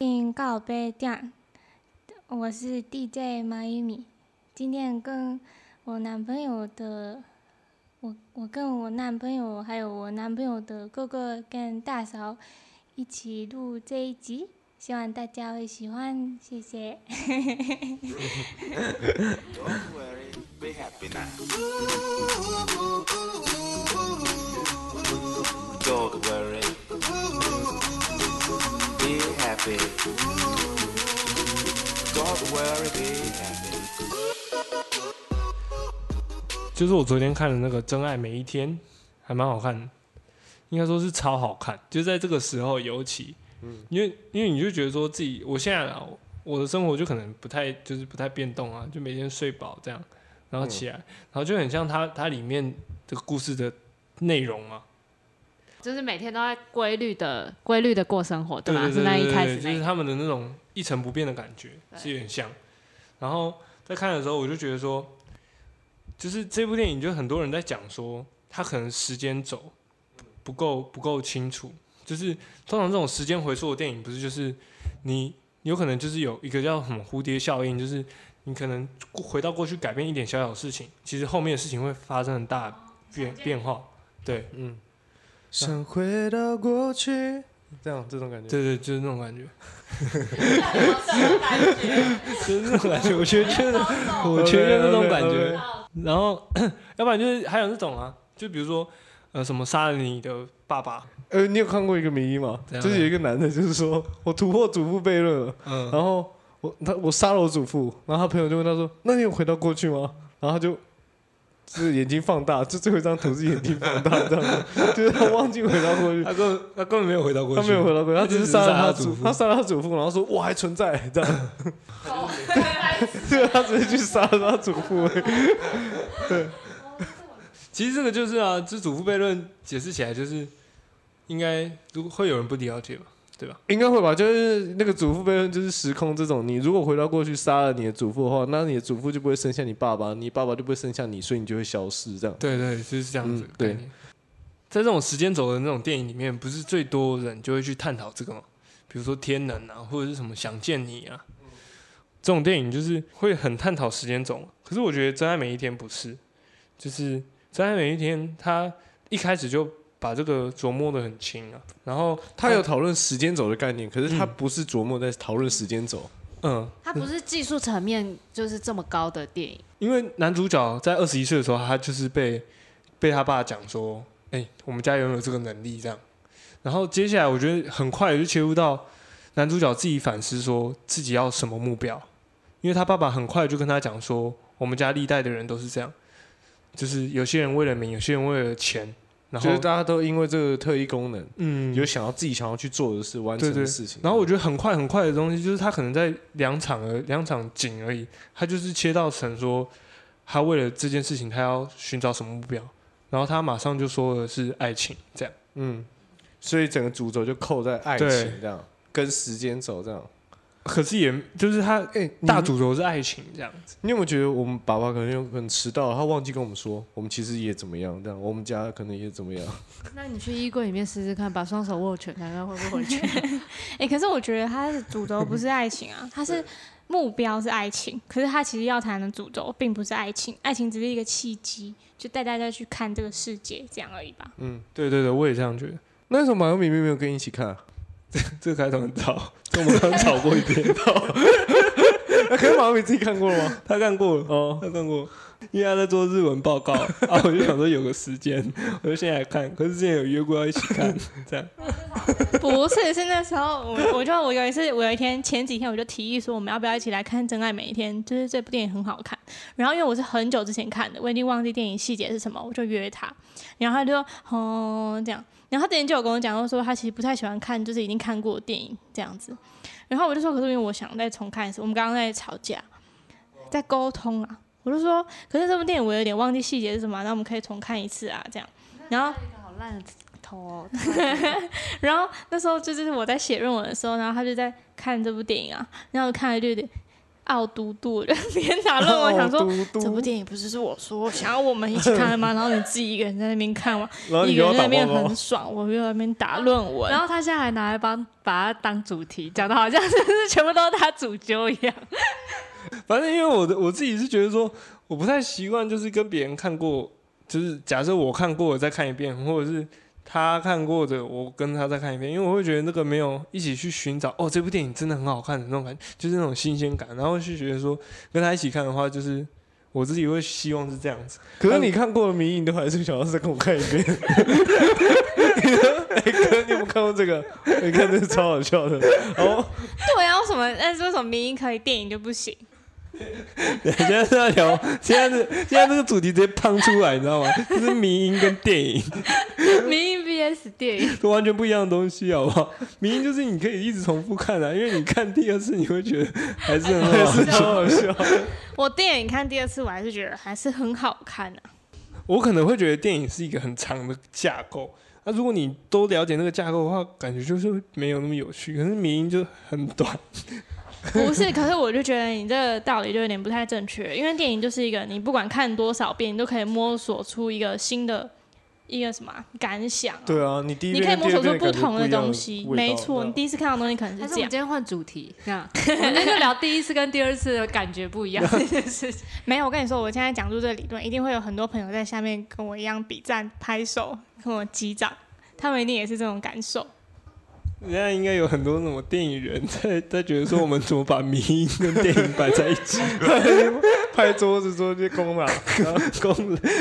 并告别店，我是 DJ 马玉米。今天跟我男朋友的，我我跟我男朋友还有我男朋友的哥哥跟大嫂一起录这一集，希望大家会喜欢，谢谢。 Don't worry, be happy now. Don't worry, be happy. Don't worry, be happy. 就是我昨天看的那个《真爱每一天》，还蛮好看的，应该说是超好看。就在这个时候尤其，因为因为你就觉得说自己，我现在啊，我的生活就可能不太就是不太变动啊，就每天睡饱这样，然后起来，然后就很像它它里面的故事的内容啊嘛。就是每天都在规律的、规律的过生活，对吗？对对是那一对开对始就那是一他们的那种一成不变的感觉对是有点像。然后在看的时候，我就觉得说，就是这部电影就很多人在讲说，他可能时间轴不够不够清楚，就是通常这种时间回溯的电影，不是就是你有可能就是有一个叫什么蝴蝶效应，就是你可能回到过去改变一点小小事情，其实后面的事情会发生很大的变变化。对，嗯，想回到过去，这样这种感觉。对对，就是那种感觉，就是那种感觉。我觉得就是，我觉得就是那种感觉。然后，要不然就是还有那种啊，就比如说，呃，什么杀了你的爸爸，呃，你有看过一个迷因吗？怎样就是有一个男的，就是说 我突破祖父悖论了，嗯，然后我他我杀了我祖父，然后他朋友就问他说：“那你有回到过去吗？”然后他就就是眼睛放大，就最后一张图是眼睛放大这样 子，就是他忘记回到过去。他根本他根本没有回到过去，他没有回到过去，他只是杀了他祖，父他杀了他祖父，然后说我还存在这样， 对，他只是去杀了他祖父而已。其实这个就是啊，这祖父悖论解释起来就是，应该如果会有人不了解吧？应该会吧，就是那个祖父悖论，就是时空这种。你如果回到过去杀了你的祖父的话，那你的祖父就不会生下你爸爸，你爸爸就不会生下你，所以你就会消失这样。对对，就是这样子嗯。对对，在这种时间轴的那种电影里面，不是最多人就会去探讨这个吗？比如说《天能》啊，或者是什么《想见你》啊，这种电影就是会很探讨时间轴。可是我觉得《真爱每一天》不是，就是《真爱每一天》，它一开始就把这个琢磨的很清啊。然后他有讨论时间轴的概念，可是他嗯不是琢磨在讨论时间轴。嗯，它不是技术层面就是这么高的电影，因为男主角在二十一岁的时候，他就是被被他爸讲说：“哎、我们家拥有这个能力。”这样，然后接下来我觉得很快就切入到男主角自己反思，说自己要什么目标，因为他爸爸很快就跟他讲说：“我们家历代的人都是这样，就是有些人为了名，有些人为了钱，然就后是大家都因为这个特异功能，嗯，有想要自己想要去做的事、完成的事情。然后我觉得很快很快的东西，就是他可能在两场而两场景而已，他就是切到成说，他为了这件事情，他要寻找什么目标，然后他马上就说的是爱情，这样。嗯，所以整个主轴就扣在爱情对这样，跟时间轴这样。可是也就是他哎、你大主轴是爱情这样子，你有没有觉得我们爸爸可能有可能迟到了，他忘记跟我们说，我们其实也怎么样这样，我们家可能也怎么样。那你去衣柜里面试试看，把双手握拳，看看会不会回 去。哎、可是我觉得他的主轴不是爱情 啊，他是目标是爱情，可是他其实要谈的主轴并不是爱情，爱情只是一个契机，就带大家去看这个世界这样而已吧。嗯，对对对，我也这样觉得。 那为什么马友明明没有跟你一起看啊、这个开头很吵， 这我们刚刚吵过一遍。 可是马友明自己看过了吗？他看过了，哦，他看过，因为他在做日文报 告啊，我就想说有个时间，我就现在来看。可是之前有约过要一起看，这样。不是，是那时候我我就我有一次我有一天前几天我就提议说我们要不要一起来看《真爱每一天》，就是这部电影很好看。然后因为我是很久之前看的，我已经忘记电影细节是什么，我就约他，然后他就哦这样，然后他之前就有跟我讲过说他其实不太喜欢看就是已经看过的电影这样子。然后我就说可是因为我想再重看一次，我们刚刚在吵架，在沟通啊，我就说可是这部电影我有点忘记细节是什么啊，那我们可以重看一次啊这样。然后好烂的头哦！然后那时候就是我在写论文的时候，然后他就在看这部电影啊，然后看了就有点 傲嘟嘟的连打论文，想说哦嘟嘟这部电影不是是我说想要我们一起看的 吗？然后你自己一个人在那边看完，然后你一给个我人在打那边报告很，爽，我又在那边打论文然。后他现在还拿来帮把它当主题，讲的好像是全部都是他主揪一样。反正因为我的我自己是觉得说，我不太习惯，就是跟别人看过，就是假设我看过的再看一遍，或者是他看过的我跟他再看一遍，因为我会觉得那个没有一起去寻找哦，这部电影真的很好看的那种感觉，就是那种新鲜感，然后是觉得说跟他一起看的话，就是我自己会希望是这样子。 可是你看过的迷影，你都还是想要再跟我看一 遍。哎哥，你有没有看过这个？你看这超好笑的。哦，对啊，为什么？但是为什么明星可以，电影就不行？现在是要聊，现在是现在这个主题直接胖出来，你知道吗？就是迷音跟电影。民意 VS 电影，都完全不一样的东西，好不好？ 明明就是你可以一直重复看啊，因为你看第二次你会觉得还是很好 还是 笑。超好笑。 我电影看第二次，我还是觉得还是很好看啊。我可能会觉得电影是一个很长的架构，那、如果你都了解那个架构的话，感觉就是没有那么有趣。可是明明就很短， 不是，可是我就觉得你这个道理就有点不太正确，因为电影就是一个你不管看多少遍，你都可以摸索出一个新的一个什么啊感想啊、对啊，你第一你遍可以跟摸第索出二遍不感觉同不一样的东西，味道没错，对你啊第一次看到的东西可能 是还是这我们样，今天换主 题，这样我们今天就聊第一次跟第二次的感觉不一 样这件事情。没有。我跟你说，我现在讲出这个理论，一定会有很多朋友在下面跟我一样比赞、拍手、跟我击掌，他们一定也是这种感受。人家应该有很多那种电影人在在觉得说我们怎么把迷音跟电影摆在一起， 拍桌子说这攻了， 公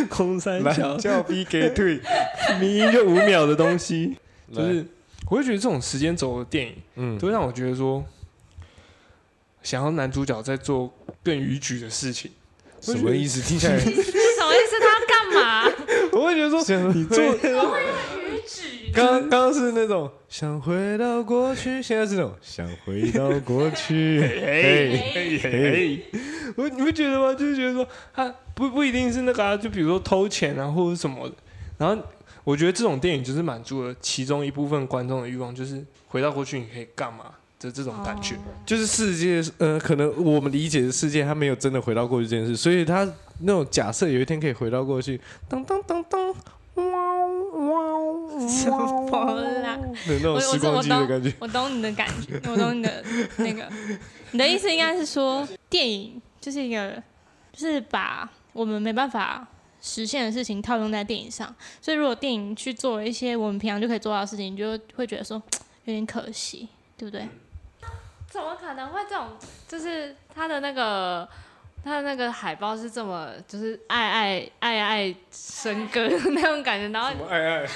公三懒小叫逼给退。 迷音就五秒的东西，就就是是我会觉得这种时间轴的电影。嗯，都会让我觉得说，想要男主角在做更逾矩的事情。什么意思？听起来什么意思？他干嘛？我会觉得说，你做 举止刚刚刚是那种想回到过去，现在是那种想回到过去。 嘿，嘿嘿 我你不觉得吗？就是觉得说，他不不一定是那个啊，就比如说偷钱啊，或者什么的。然后我觉得这种电影就是满足了其中一部分观众的欲望，就是回到过去你可以干嘛的这种感觉。就是世界，呃，可能我们理解的世界，他没有真的回到过去这件事，所以他那种假设有一天可以回到过去，当当当当，哇哇什么啦？那种我时我光我机的懂感觉。我懂你的感觉，我懂你的那个，你的意思应该是说，电影就是一个，就是把我们没办法实现的事情套用在电影上，所以如果电影去做了一些我们平常就可以做到的事情，你就会觉得说有点可惜，对不对？怎么可能会这种？就是他的那个，他的那个海报是这么，就是爱爱爱爱笙歌的那种感觉。然后什么爱爱？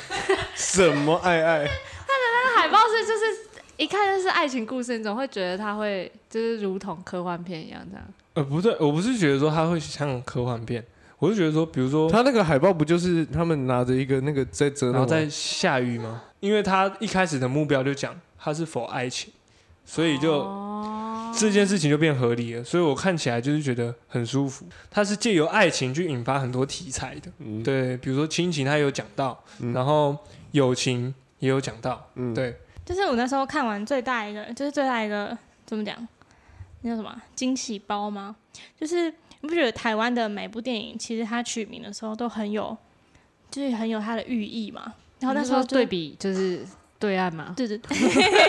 什么爱爱？那海报是就是一看就是爱情故事，你总会觉得他会就是如同科幻片一样这样。呃，不对，我不是觉得说他会像科幻片，我是觉得说，比如说他那个海报不就是他们拿着一个那个在折那然种，后在下雨吗？因为他一开始的目标就讲他是否爱情，所以就、这件事情就变合理了。所以我看起来就是觉得很舒服。他是借由爱情去引发很多题材的，嗯对，比如说亲情他有讲到，嗯然后友情也有讲到，嗯对，就是我那时候看完最大一个，就是最大一个怎么讲，那叫什么啊惊喜包吗？就是你不觉得台湾的每部电影，其实它取名的时候都很有，就是很有它的寓意嘛。然后那时候你是就说对比就是对岸嘛，对对对，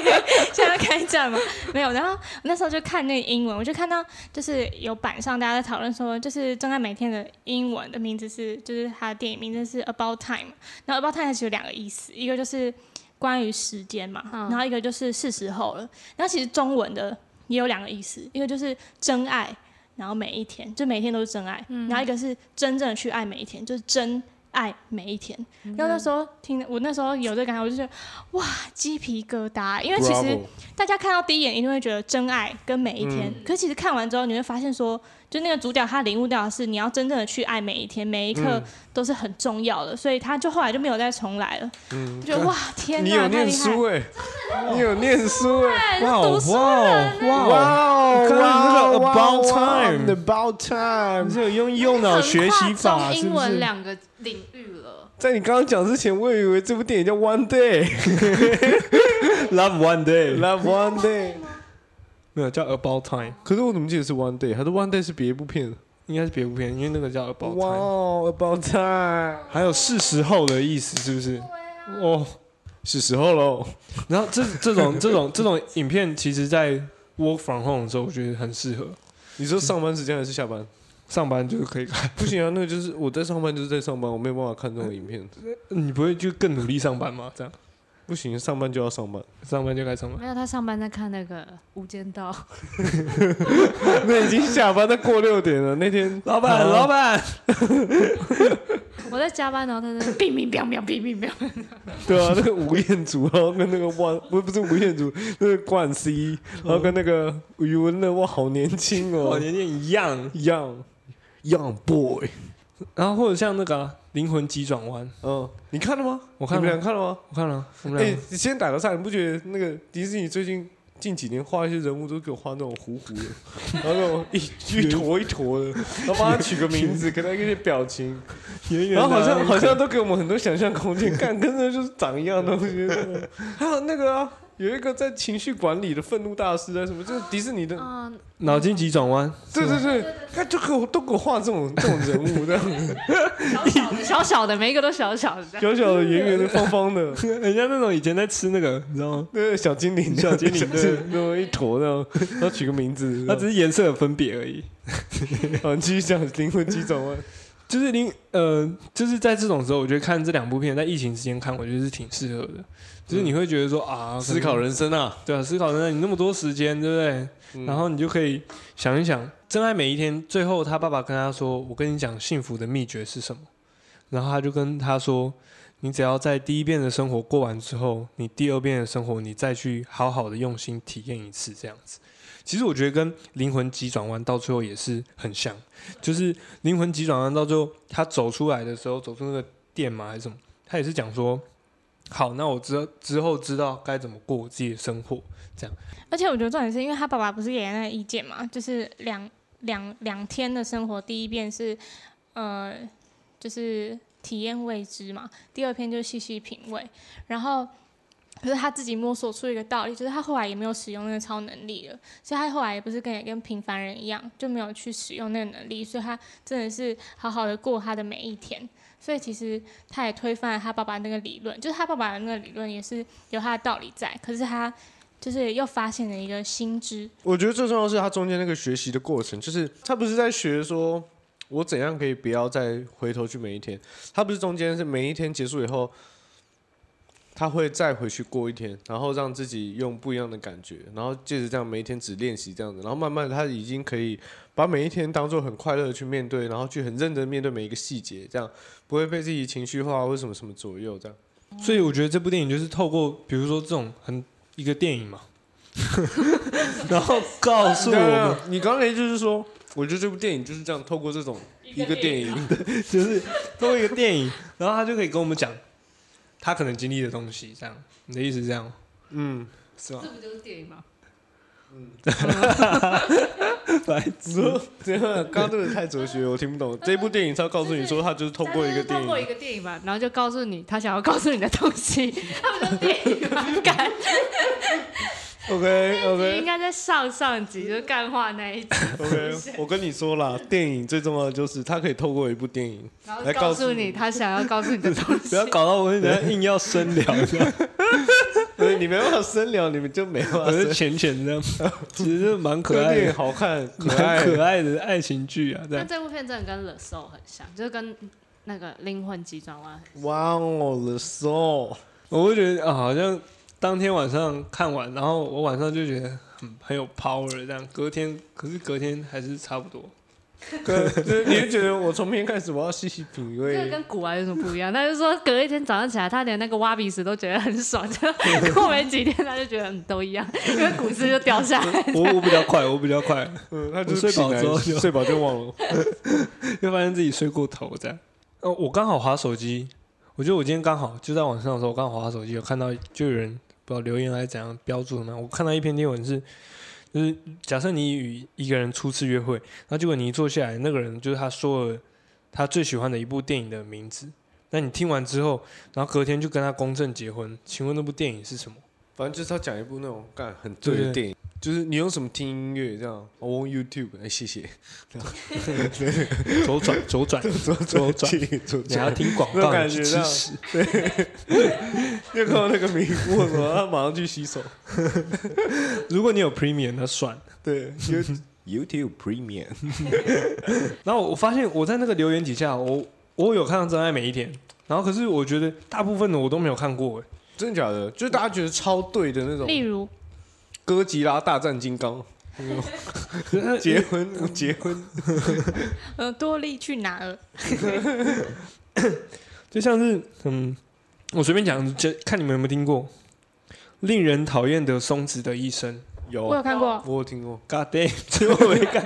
现在要开战嘛？ 没有。然后那时候就看那个英文，我就看到就是有板上大家在讨论说，就是《真爱每天》的英文的名字是，就是它的电影名字是《About Time》，然后《About Time》其实有两个意思，一个就是关于时间嘛，嗯然后一个就是是时候了。然后其实中文的也有两个意思，一个就是真爱，然后每一天就每天都是真爱，然后一个是真正的去爱每一天，就是真。爱每一天，然后那时候听我那时候有这个感觉，我就觉得哇鸡皮疙瘩，因为其实 Bravo 大家看到第一眼一定会觉得真爱跟每一天，可其实看完之后，你会发现说，就那个主角他领悟到的是，你要真正的去爱每一天，每一刻都是很重要的，所以他就后来就没有再重来了。嗯，就觉得哇天你哪，有太念厉害！书哎，你有念书哎。 哇哦哇哦哇哦，哇你看那个 about time about time，你是有用用脑学习法横跨是中英不文是？两个领域了。在你刚刚讲之前，我以为这部电影叫 One Day，Love Love one day， One Day。没有叫 About Time，可是我怎么记得是 One Day？还是 One Day 是别一部片？应该是别部片，因为那个叫 About 哇 Time。哦，About Time，还有是时候的意思是不是？哦，是时候喽。然后这这种这 种这种影片，其实在 work from home 的时候，我觉得很适合。你说上班时间还是下班？上班就可以看，不行啊，那个就是我在上班就是在上班，我没有办法看这种影片。你不会就更努力上班吗？这样不行，上班就要上班，上班就该上班。没有，他上班在看那个《无间道》， 那已经下班，那过六点了。那天 老板，老板，我在加班，然后他 在乒乒乓乓乒乒乓，对啊，那个吴彦祖，然后跟那个万，不不是吴彦祖，那个冠 C，然后跟那个宇文的哇，好年轻我哦年纪一样。 ，Young Young Boy，然后或者像那个啊、灵魂急转弯》，嗯，你看了吗？我看了你们俩看了吗？我看了，啊我们哎、俩你先打个岔，你不觉得那个迪士尼最近近几年画一些人物都给我画那种糊糊的，然后那种一一坨一坨 的，然后帮他取个名字，给他一些表情，圆圆的然后好像好很可像都给我们很多想象空间，干跟着就是长一样的东 西。还有那个、啊、有一个在情绪管理的愤怒大师啊，什么就是迪士尼的，嗯，脑筋急转弯，对对对，他就给我都给我画这种这种人物，这样小小的，小小的，每一个都小小的，这样 小小的、圆圆的、方方的，人家那种以前在吃那个，你知道吗？对小精灵，小精灵对那么一坨那样，然后取个名字，它只是颜色有分别而已。啊，你继续讲灵魂急转弯。就是零呃，就是在这种时候，我觉得看这两部片在疫情期间看，我觉得是挺适合的。就是你会觉得说啊，可能人生啊，对啊，思考人生，你那么多时间，对不对？然后你就可以想一想，真爱每一天。最后他爸爸跟他说：“我跟你讲，幸福的秘诀是什么？”然后他就跟他说：“你只要在第一遍的生活过完之后，你第二遍的生活，你再去好好的用心体验一次，这样子。”其实我觉得跟《灵魂急转弯》到最后也是很像，就是《灵魂急转弯》到最后他走出来的时候，走出那个店嘛还是什么，他也是讲说。好，那我之之后知道该怎么过我自己的生活，而且我觉得重点是因为他爸爸不是也有那个意见嘛，就是两两两天的生活，第一遍是呃就是体验未知嘛，第二篇就是细细品味，然后。可是他自己摸索出一个道理，就是他后来也没有使用那个超能力了，所以他后来也不是跟也跟平凡人一样，就没有去使用那个能力，所以他真的是好好的过他的每一天。所以其实他也推翻了他爸爸那个理论，就是他爸爸的那个理论也是有他的道理在，可是他就是又发现了一个新知，我觉得最重要的是他中间那个学习的过程，就是他不是在学说我怎样可以不要再回头去每一天，他不是中间是每一天结束以后，他会再回去过一天，然后让自己用不一样的感觉，然后借着这样每一天只练习这样子，然后慢慢他已经可以把每一天当做很快乐的去面对，然后去很认真地面对每一个细节，这样不会被自己情绪化或什么什么左右这样。所以我觉得这部电影就是透过，比如说这种很一个电影嘛， 然后告诉我对们，啊，你刚才就是说，我觉得这部电影就是这样，透过这种一个电影，就是透过一个电影， 然后他就可以跟我们讲他可能经历的东西，这样。你的意思是这 样？嗯，是吗这？不就是电影吗？白痴，这样啊刚刚这个太哲学，我听不懂。这部电影他告诉你说，他就是 透过一个电透过一影，个电影嘛，然后就告诉你他想要告诉你的东西，他不就是电影吗？干， OK 你应 OK 该在上上集就是干话那一集， OK，我跟你说啦，电影最重要的就是它可以透过一部电影然后来告告诉诉你你他想要告诉你的东 西。不要搞到我，人家硬要深 聊这样，对，你没办法深聊，你们就没办法 我是深。浅浅 这样，其实是蛮可这部爱电影的，好看，可蛮可爱。爱的爱情剧啊，这那样。这部片真的跟《The Soul》很像，就是跟那个《灵魂急转弯》很哇哦，The Soul，我会觉得啊，好像当天晚上看完，然后我晚上就觉得很很有 power 这样，隔天可是隔天还是差不多。可就是你就觉得我从明天开始我要细细品这个味。跟古玩有什么不一样？他就说隔一天早上起来，他连那个挖鼻屎都觉得很爽，就过没几天他就觉得嗯都一样，因为骨质就掉下来。 我我比较快，我比较快， 嗯，他就是我睡饱醒来之后就睡饱就忘了。就发现自己睡过头这样。呃，我刚好划手机，我觉得我今天刚好就在晚上的时候，我刚好划手机，有看到就有人不知道留言还是怎样标注什么，我看到一篇贴文是，就是假设你与一个人初次约会，然后结果你一坐下来，那个人就是他说了他最喜欢的一部电影的名字，那你听完之后，然后隔天就跟他公证结婚，请问那部电影是什么？反正就是他讲一部那种干很对的电影，就是你用什么听音乐这样，我用 YouTube，哎，谢谢，左转左 转左 左转，左你还要转，听广那告种感你去觉吃到屎。 你有看到那个迷雾什么，他马上去洗手，如果你有 Premium，那算。 对，YouTube Premium，然后我发现我在那个留言底下，我我有看到《真爱每一天》，然后可是我觉得大部分的我都没有看过，哎，真的假的？就是大家觉得超对的那种，例如，哥吉拉大战金刚，结婚结婚，呃，多利去哪儿？就像是嗯，我随便讲，就看你们有没有听过，令人讨厌的松子的一生有啊我有看过，我有听过， ，God damn，这我没看，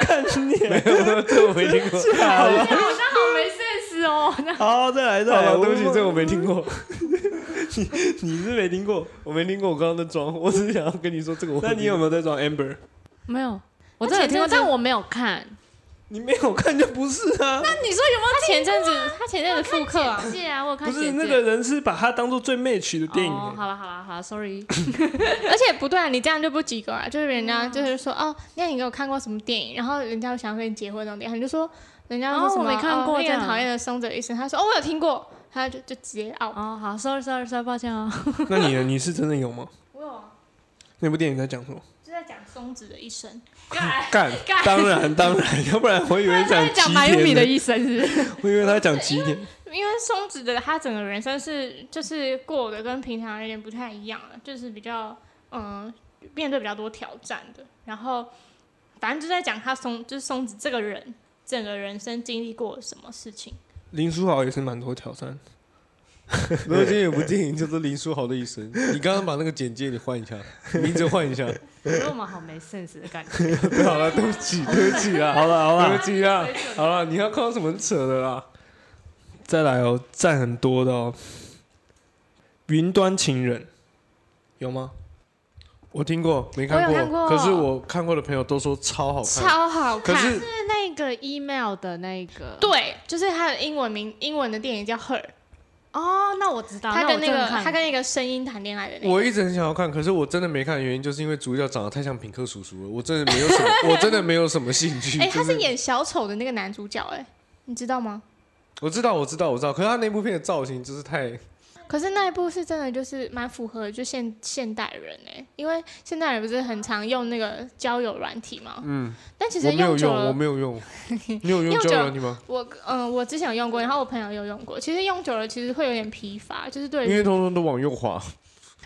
看你啊，这我没听过，好了，好像哦好没 sense 哦，好，再来再好来，了，我对不起，哎这我没听过， 你是没听过，我没听过，我刚刚在装，我只是想要跟你说这个我没听过。那你有没有在装 Amber？没有，我那真的有前听过，阵子但我没有看。你没有看就不是啊，那你说有没有前阵子他前阵子复刻啊？是啊，我有 看不简是介那个人是把它当做最 match 的电影哦，哎，好了好了好了，sorry，而且不对啊，你这样就不及格啊！就是人嗯家就是说、哦，那你有看过什么电影？然后人家想要跟你结婚那种电影，你就说人家说哦什么、我没看过哦令人这样讨厌的松泽医生，他说哦我有听过，他就就直接 out。哦好，sorry sorry sorry，抱歉哦。那你呢？你是真的有吗？我有啊，那部电影在讲什么？就在讲松子的一生。干，当然当 然，要不然我以为讲讲起白玉米点的呢，医生是不是？我以为他讲起点。因为松子的他整个人生是就是过得跟平常人有点不太一样了，就是比较嗯面对比较多挑战的，然后反正就在讲他松就是松子这个人整个人生经历过了什么事情。林书豪也是蛮多挑战，然后今天有部电影叫做《林书豪的一生》，你刚刚把那个简介你换一下，名字换一下。我觉得我们好没 sense 的感觉。 好了，对不起，对不起啦，好了好对啊了，不起啦，好了，你要看到什么很扯的啦？再来哦，赞很多的哦。云端情人有吗？我听过，没我有看过可是我看过的朋友都说超好看，超好哦可看。是是那个 email 的那个。对，就是他的英文名，英文的电影叫《Her》，哦，那我知道。他那跟我那真的个看他跟一个声音谈恋爱的那个。我一直很想要看，可是我真的没看的原因就是因为主角长得太像品客叔叔了，我真的没有什么，我真的没有什么兴 趣。哎、就他是演小丑的那个男主角、哎，你知道吗？我知道，我知道，我知道，可是他那部片的造型就是太可是那一部是真的就是蛮符合就现现代人哎、因为现代人不是很常用那个交友软体吗？嗯，但其我实没有用久用，我了，没 有用，你有用用久交友了软体吗？我嗯、我之前有用过，然后我朋友有用过，其实用久了其实会有点疲乏，就是对因于为通通都往右滑，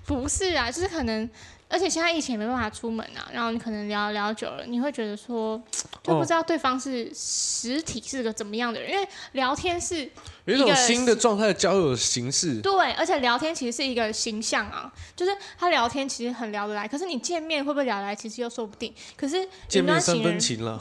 不是啊，就是可能，而且现在疫情也没办法出门啊，然后你可能聊聊久了，你会觉得说，就不哦知道对方是实体是个怎么样的人，因为聊天是有一一种个新的状态的交友的形式。对，而且聊天其实是一个形象啊，就是他聊天其实很聊得来，可是你见面会不会聊得来，其实又说不定。可是见云面端三情分人，情了，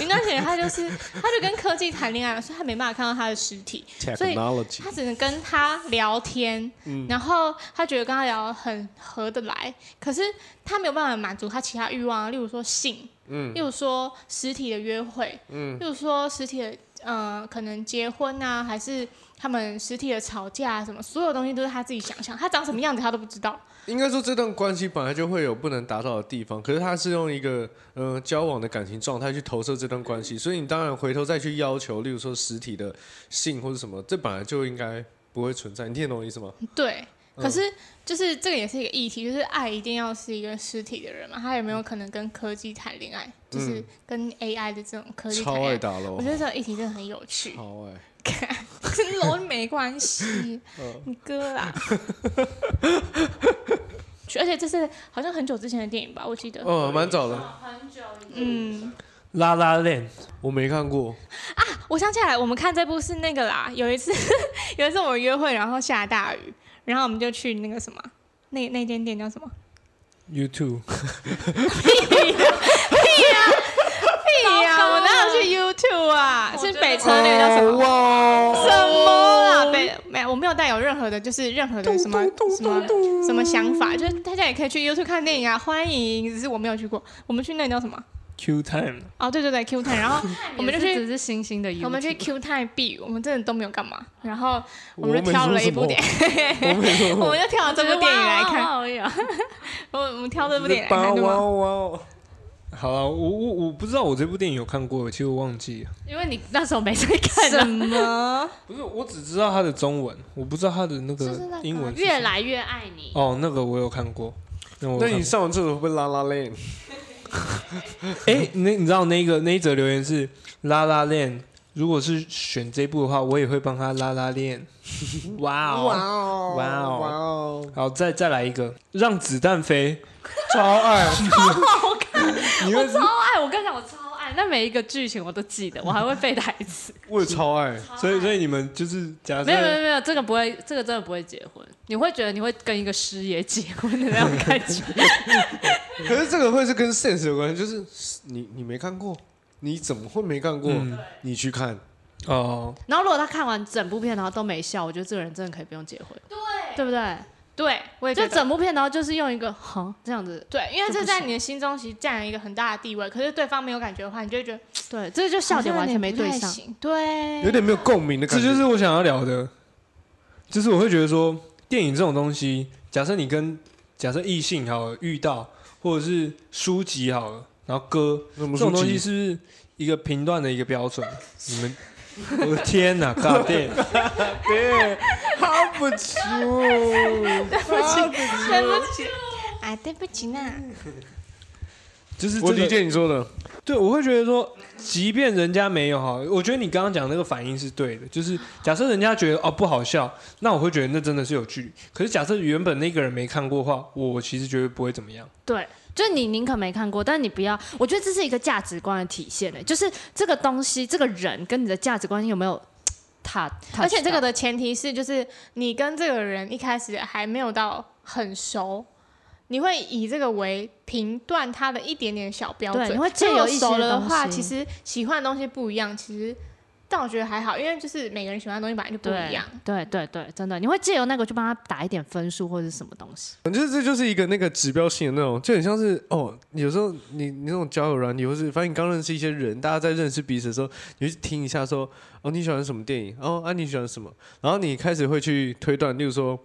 云端情人他就是他就跟科技谈恋爱了，所以他没办法看到他的实体，所以 Technology 他只能跟他聊天，然后他觉得跟他聊得很合得来，可是他没有办法满足他其他欲望啊，例如说性，嗯，例如说实体的约会，嗯，例如说实体的呃可能结婚啊，还是他们实体的吵架啊什么，所有东西都是他自己想象，他长什么样子他都不知道。应该说这段关系本来就会有不能达到的地方，可是他是用一个呃交往的感情状态去投射这段关系，所以你当然回头再去要求，例如说实体的性或者什么，这本来就应该不会存在，你听得懂我意 思吗？对，可是就是这个也是一个议题，就是爱一定要是一个实体的人嘛，他有没有可能跟科技谈恋爱，就是跟 AI 的这种科技谈超恋嗯爱爱？打哎我喽觉，得这种议题真的很有趣。超爱，跟楼没关系，你哥啦。 而且这是好像很久之前的电影吧，我记得。哦，蛮早的，嗯，拉拉链，我没看过，我想起来，我们看这部是那个啦。有一次， 有一次我们约会，然后下大雨，然后我们就去那个什么，那那间店叫什么？ YouTube 对哎呀、糕我哪有去 YouTube 啊？我是觉得北车那个叫什么？哇，什么啦？没没有，我没有带有任何的，就是任何的什么什么什么想法，就是大家也可以去 YouTube 看电影啊，欢迎。只是我没有去过，我们去那个叫什么 Q time，哦，对对对，Q time，然后 我们就也是去只是新兴的 YouTube，我们去 Q time 避雨，我们真的都没有干嘛，然后我我们没就挑说了一什部么电，我没说什 我么们就挑了这部电影来 看，而已。我我们挑这部电影来哇看，对哇哦吗？哇！好了，我我我不知道我这部电影有看过，其实我忘记了。因为你那时候没在看什啊，么？不是，我只知道它的中文，我不知道它的那个就是那个英文是什么。越来越爱你。哦，那个我有看过。那我那有看你上完厕所会不会拉拉链？哎、那你知道那个那一则留言是拉拉链，如果是选这部的话，我也会帮他拉拉链。哇哦！哦哇哦哇哦！好，再再来一个，让子弹飞。超爱，你会超爱！我跟你讲，我超爱，那每一个剧情我都记得，我还会背台词。我也超爱。所以所以你们就是假没有没有设没有，这个不会，这个真的不会结婚。你会觉得你会跟一个师爷结婚的那种感觉。可是这个会是跟 sense 有关，就是你你没看过，你怎么会没看过？嗯你去看，哦，然后如果他看完整部片然后都没笑，我觉得这个人真的可以不用结婚，对对不对？ 对，我也觉就得整部片然后就是用一个哈这样子，对，因为这这不在行你的心中其实占了一个很大的地位，可是对方没有感觉的话，你就会觉得哎对，这就笑点完全没对好像有点不太上。行。对，有点没有共鸣的感这觉。就是我想要聊的，就是我会觉得说，电影这种东西，假设你跟假设异性好了遇到，或者是书籍好了，然后歌什么这书种东西籍？是不是一个评断的一个标准？你们， 我的天哪，搞 定！对，哈不出，哈不出对不起啊，哎对不起呐。 嗯就是我这个理解你说的，对，我会觉得说，即便人家没有哈，我觉得你刚刚讲那个反应是对的，就是假设人家觉得哦不好笑，那我会觉得那真的是有距离。可是假设原本那个人没看过的话，我其实觉得不会怎么样。对，就是你宁可没看过，但你不要，我觉得这是一个价值观的体现嘞，就是这个东西，这个人跟你的价值观有没有踏，而且这个的的前提是，就是你跟这个人一开始还没有到很熟，你会以这个为评断他的一点点小标准。对你会所以借由有一些熟了的东话，其西实喜欢的东西不一样，其实但我觉得还好，因为就是每个人喜欢的东西本来就不对一样。对对对，真的，你会借由那个去帮他打一点分数或者是什么东西。反正这就是一个那个指标性的那种，就很像是哦，有时候你你那种交友软体，或是反正你刚认识一些人，大家在认识彼此的时候，你就去听一下说哦你喜欢什么电影，哦啊你喜欢什么，然后你开始会去推断，例如说，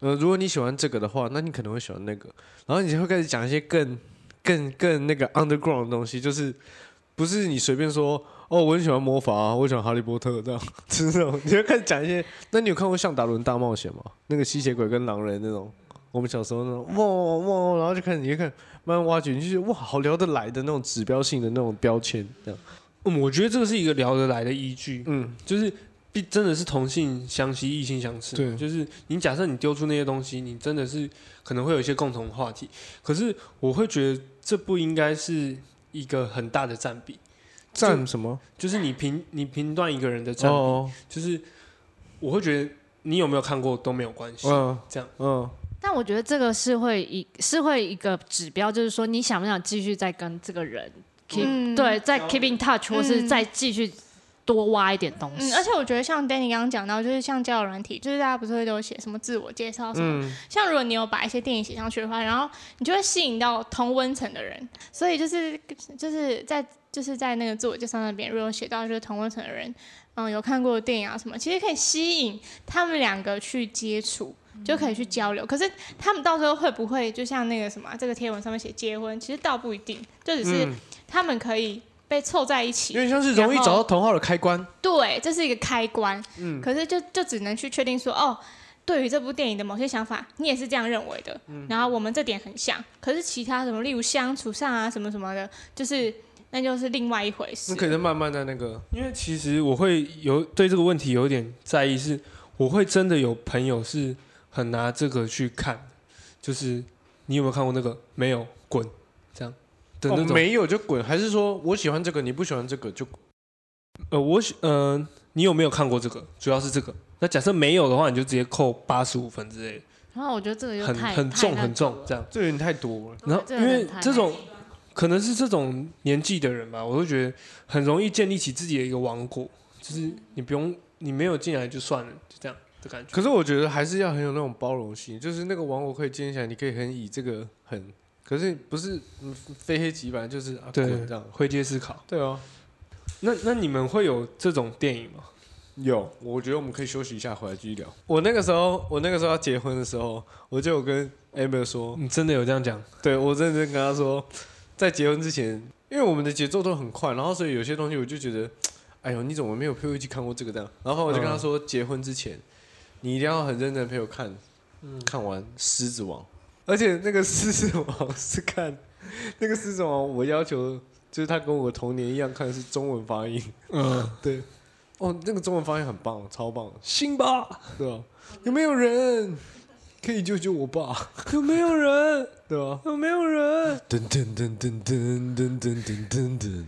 呃如果你喜欢这个的话，那你可能会喜欢那个，然后你就会开始讲一些更更更那个 underground 的东西，就是不是你随便说哦我很喜欢魔法、啊，我喜欢哈利波特这样， 就是那种你就开始讲一些，那你有看过《向达伦大冒险》吗？那个吸血鬼跟狼人那种。我们小时候那种哇哇哇，然后就开始你就看慢慢挖掘，你就觉得哇，好聊得来的那种指标性的那种标签，这样嗯，我觉得这个是一个聊得来的依据，嗯，就是必真的是同性相吸，异性相斥。对就是你假设你丢出那些东西，你真的是可能会有一些共同话题。可是我会觉得这不应该是一个很大的占比，占什么？就是你评你评断一个人的占比。哦，就是我会觉得你有没有看过都没有关系。嗯，这样，嗯，但我觉得这个是会一是会一个指标，就是说你想不想继续再跟这个人 keep、嗯对，再 keep in touch，或是嗯再继续多挖一点东西。嗯，而且我觉得像 Danny 刚刚讲到，就是像交友软体，就是大家不是会都有写什么自我介绍什嗯么、像如果你有把一些电影写上去的话，然后你就会吸引到同温层的人，所以就是就是在就是在那个自我介绍那边，如果有写到就是同温层的人，嗯，有看过的电影啊什么，其实可以吸引他们两个去接触。就可以去交流，可是他们到时候会不会就像那个什么啊、这个贴文上面写结婚，其实倒不一定，就只是嗯他们可以被凑在一起，有点像是容易然后找到同号的开关。对，这是一个开关。嗯可是就就只能去确定说，哦，对于这部电影的某些想法，你也是这样认为的。嗯然后我们这点很像，可是其他什么，例如相处上啊，什么什么的，就是那就是另外一回事那。可能慢慢的那个，因为其实我会有对这个问题有点在意是，我会真的有朋友是很拿这个去看，就是你有没有看过那个？没有，滚，这样的哦那种。没有就滚，还是说我喜欢这个，你不喜欢这个就滚呃，我喜呃，你有没有看过这个？主要是这个。那假设没有的话，你就直接扣八十五分之类的，然后我觉得这个就很哎太很重很重这样。样。这有点太多了。然后这个因为人太这种可能是这种年纪的人吧，我会觉得很容易建立起自己的一个王国，就是你不用你没有进来就算了，就这样的感觉。可是我觉得还是要很有那种包容性，就是那个王国可以建立起来，你可以很以这个很可是不是嗯非黑即白，就是啊对滚这样。会界思考。对啊，那那你们会有这种电影吗？有，我觉得我们可以休息一下，回来继续聊。我那个时候，我那个时候要结婚的时候，我就有跟 Amber 说，你真的有这样讲？对我认真跟他说，在结婚之前，因为我们的节奏都很快，然后所以有些东西我就觉得，哎呦，你怎么没有陪我一起看过这个这样？然后我就跟他说，结婚之前，你一定要很认真地陪我看，看完《狮子王》，而且那个《狮子王》是看那个《狮子王》，我要求就是他跟我童年一样看是中文发音，嗯，对，哦，那个中文发音很棒，超棒，辛巴，对吧、有没有人可以救救我爸？ 有没有人？对吧、有没有人？噔噔噔噔噔噔噔噔噔噔。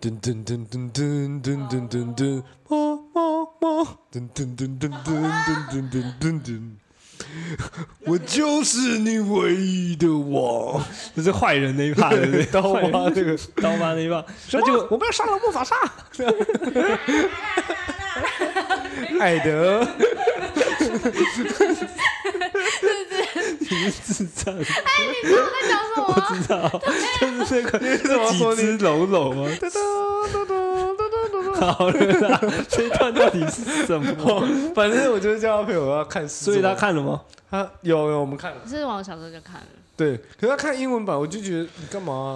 噔噔噔噔噔噔噔噔噔，么么么，噔噔噔噔噔噔噔噔噔，我就是你唯一的我。这是坏人那一趴，对不对？刀坏人疤这个，刀疤那一趴，什么？我们要杀了莫法沙。艾德，你是智障，你知道我在讲什么吗？知道？就是那个怎么说几你只篓篓吗？哒哒哒哒哒哒哒。好了啦，这一段到底是什么？ 反正我就是叫他陪我要看狮子所王，以他看了吗？他有有我们看了，是我小时候就看了，对，可是他看英文版，我就觉得你干嘛啊？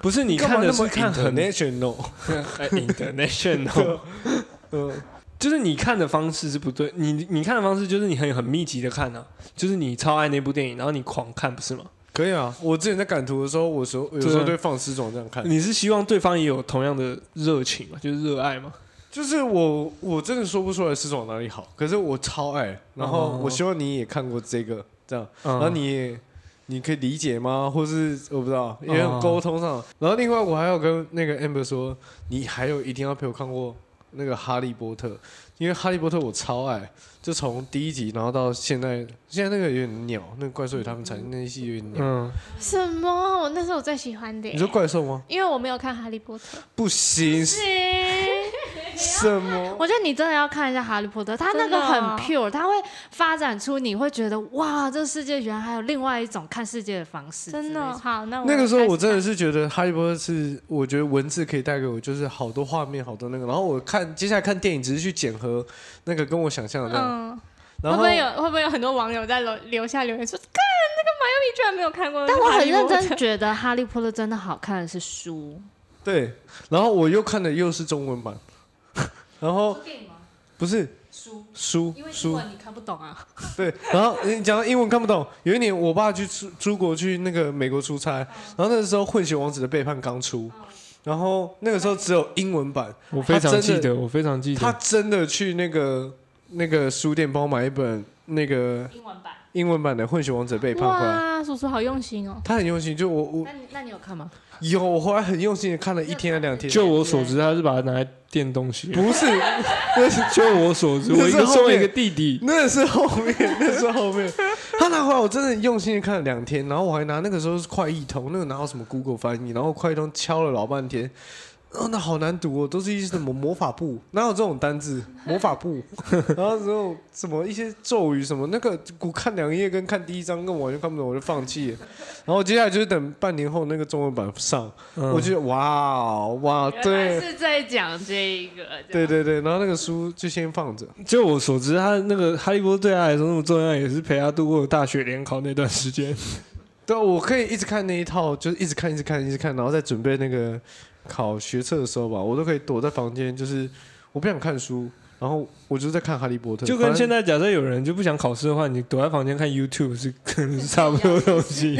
不是你干看嘛的那是么看很 international？呃哎 international，嗯， 就是你看的方式是不对，你你看的方式就是你很很密集的看啊，就是你超爱那部电影，然后你狂看，不是吗？可以啊。我之前在赶图的时候，我时候有时候对啊放狮总这样看，你是希望对方也有同样的热情嘛，就是热爱嘛？就是我我真的说不出来狮总哪里好，可是我超爱。然后哦我希望你也看过这个，这样，嗯然后你也。你可以理解吗？或是我不知道，嗯因为沟通上。然后另外我还有跟那个 Amber 说，你还有一定要陪我看过那个《哈利波特》，因为《哈利波特》我超爱，就从第一集然后到现在，现在那个有点鸟，那个怪兽与他们产生那一系有点鸟。嗯，什么？我那是我最喜欢的耶你说，怪嗯兽吗？因为我没有看《哈利波特》。不行，什么？ 我觉得你真的要看一下《哈利波特》，它那真的个很哦 pure，它会发展出你会觉得哇，这世界原来还有另外一种看世界的方式之类，真的哦好，那我那个时候我开始真的是觉得《哈利波特》是，我觉得文字可以带给我就是好多画面，好多那个。然后我看接下来看电影，只是去检核那个跟我想象的那样。嗯，会呃然不后会有会不会有很多网友在留留下留言说，看那个 Miami 居然没有看过， 但我很认真 《觉得《哈利波特》真的好看的是书，对，然后我又看的又是中文版， 然后电影吗？不是书，书书你看不懂啊。对，然后你讲到英文看不懂。有一年我爸去出出国去那个美国出差，然后那时候《混血王子的背叛》刚出，然后那个时候只有英文版，我非他常真记的得，我非常记他得，真的去那个那个书店帮我买一本那个英文版。英文版的《混血王子的背叛》回来。哇，叔叔好用心哦。他很用心，就我我那你那你有看吗？有，我后来很用心的看了一天还两天，就我所知，他是把它拿来垫东西。不是，那是 就我所知，我一个作为一个弟弟， 那是后面，那是后面。他拿回来，我真的很用心的看了两天，然后我还拿那个时候是快译通，那个哪有什么 Google 翻译，然后快译通敲了老半天。哦，那好难读哦，都是一些什么魔法部，哪有这种单字？魔法部，然后之后什么一些咒语什么，那个我看两页跟看第一章，跟我完全看不懂，我就放弃了。然后接下来就是等半年后那个中文版上，嗯我觉得哇哦哇，原来对是在讲这一个。这对样，对对，然后那个书就先放着。就我所知，他那个哈利波特对他来说那么重要，也是陪他度过大学联考那段时间。对，我可以一直看那一套，就是一直看，一直看，一直看，然后在准备那个考学测的时候吧，我都可以躲在房间，就是我不想看书，然后我就在看《哈利波特》，就跟反正现，在假设有人就不想考试的话，你躲在房间看 YouTube 是可能是差不多的东西。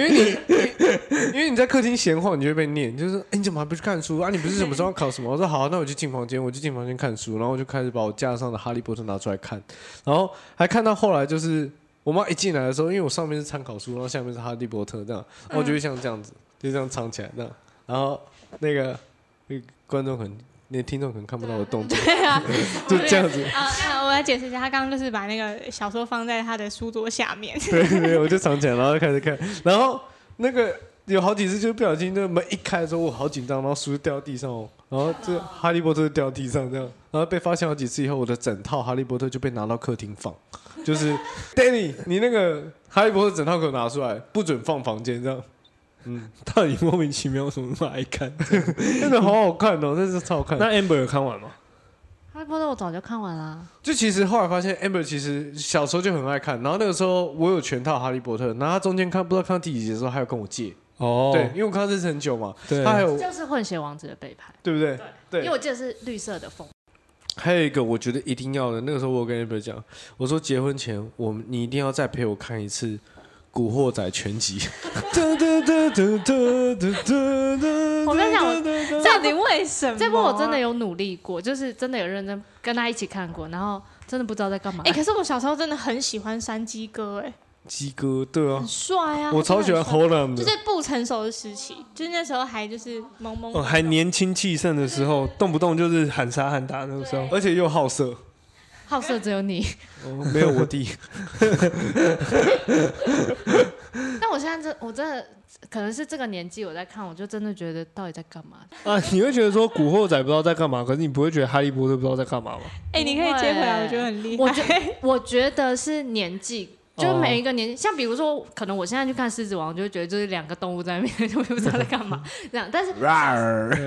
因为你在客厅闲晃，你就会被念，就是哎，你怎么还不去看书啊？你不是什么时候要考什么？我说好啊、那我就进房间，我就进房间看书，然后我就开始把我架上的《哈利波特》拿出来看，然后还看到后来就是我妈一进来的时候，因为我上面是参考书，然后下面是《哈利波特》这样，然后我就会像这样子，就这样藏起来这样，然后那个那个观众可能。那听众可能看不到我的动作，对啊，就这样 子。啊、啊我来解释一下，他刚刚就是把那个小说放在他的书桌下面。 对对，我就藏起来，然后就开始看，然后那个有好几次就不小心，那门一开的时候我好紧张，然后书就掉地上哦，然后这哈利波特就掉地上这样，然后被发现好几次以后，我的整套哈利波特就被拿到客厅放， 就是 Danny，你那个哈利波特整套给我拿出来，不准放房间这样。嗯， 到底莫名其妙为什么那么爱看？真的好好看哦，真是超好看。那 Amber 有看完吗？哈利波特我早就看完啦，就其实后来发现，Amber 其实小时候就很爱看，然后那个时候我有全套《哈利波特》，然后他中间看不知道看到第几集的时候，还有跟我借，哦对，因为我看到这是很久嘛，对他还有就是混血王子的背叛，对不对？因为对，我记得是绿色的风，还有一个我觉得一定要的，那个时候我有跟 Amber 讲，我说结婚前我们你一定要再陪我看一次《古惑仔》全集。 我跟你讲我讲到底为什么？啊这部我真的有努力过，就是真的有认真跟他一起看过，然后真的不知道在干嘛。哎、可是我小时候真的很喜欢山鸡哥、哎，鸡哥，对啊很，帅啊！我超喜欢他真的 Holland 很帅的就，是不成熟的时期，就是那时候还就是懵懵懂哦，懂，还年轻气盛的时候，动不动就是喊杀喊打，那个时候而且又好色，好色只有你，没有我弟。 但我现在真我真的可能是这个年纪我在看，我就真的觉得到底在干嘛？啊，你会觉得说《古惑仔》不知道在干嘛，可是你不会觉得《哈利波特》不知道在干嘛吗？哎、你可以接回来，我觉得很厉害。我觉我觉得是年纪。就是哦每一个年纪，像比如说，可能我现在去看《狮子王》，我就会觉得就是两个动物在那边，就不知道在干嘛这样。但是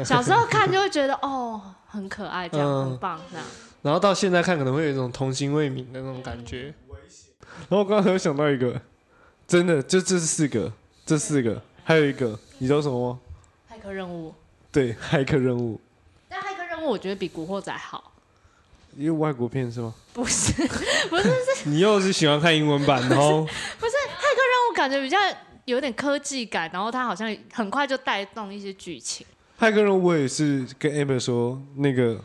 小时候看就会觉得哦，很可爱，这样、嗯很棒这样。然后到现在看，可能会有一种童心未泯的那种感觉。然后我刚才有想到一个，真的，就这四个，这四个，还有一个，你知道什么吗？骇客任务，对，骇客任务，但骇客任务我觉得比《古惑仔》好，因为外国片是吗？不是？骇客你又是喜欢看英文版的 哦，任务感觉比较有点科技感，然后它好像很快就带动一些剧情。骇客任务我也是跟 Amber 说，那个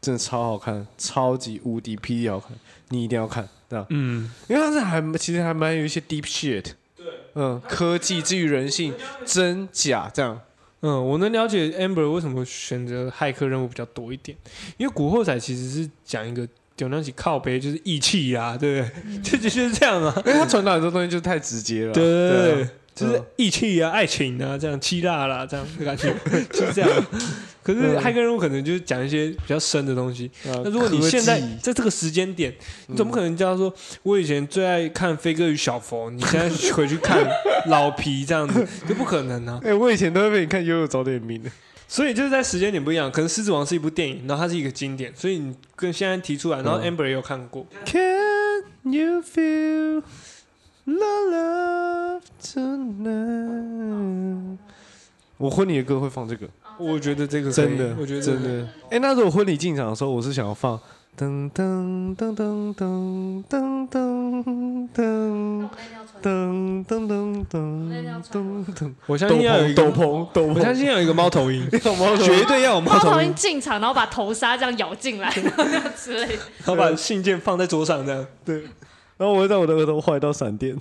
真的超好看，超级无敌霹雳好看，你一定要看，这样，嗯，因为它是还其实还蛮有一些 deep shit，对，嗯，科技至于人性，真假这样，嗯，我能了解 Amber 为什么选择骇客任务比较多一点，因为《古惑仔》其实是讲一个有那起靠背，就是义气呀、对不对？ 就就是这样啊，因为它传达很多东西就太直接了，对对对啊，就是义气啊、爱情啊，这样欺辣啦，这样的感觉 就是这样。可是嗯骇客任务可能就是讲一些比较深的东西。啊那如果你现在科技在这个时间点，你怎么可能叫他说我以前最爱看《飞哥与小佛》，你现在回去看老皮这样子，就不可能啊。哎、我以前都会被你看悠悠早点名的，所以就是在时间点不一样，可能《狮子王》是一部电影，然后它是一个经典，所以你跟现在提出来，然后嗯 Amber 也有看过， Can you feel the love tonight？我婚礼的歌会放这个，我觉得这个可以真的，我觉得这个真可以的。哎、那时候我婚礼进场的时候，我是想要放噔噔噔噔噔噔噔噔噔噔噔噔噔噔，我相斗信要有一篷个斗，篷斗篷，我相信要有一个猫头 鹰，绝对要有猫猫头头鹰鹰，进场，然后把头纱这样咬进来，然后这样之类的。然后把信件放在桌上这样。对。然后我会在我的额头画一道闪电，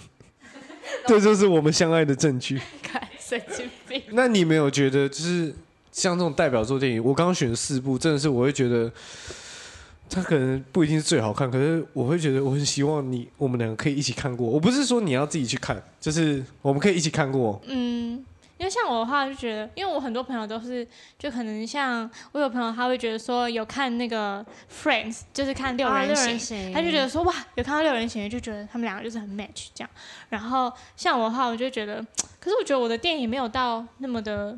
这就是我们相爱的证据。看神经病。那你没有觉得就是像这种代表作电影，我刚刚选四部，真的是我会觉得它可能不一定是最好看，可是我会觉得我很希望你我们两个可以一起看过。我不是说你要自己去看，就是我们可以一起看过。嗯，因为像我的话，就觉得，因为我很多朋友都是，就可能像我有朋友，他会觉得说有看那个 Friends，就是看六啊人行，行他就觉得哦说哇，有看到六人行，就觉得他们两个就是很 match 这样。然后像我的话，我就觉得，可是我觉得我的电影没有到那么的。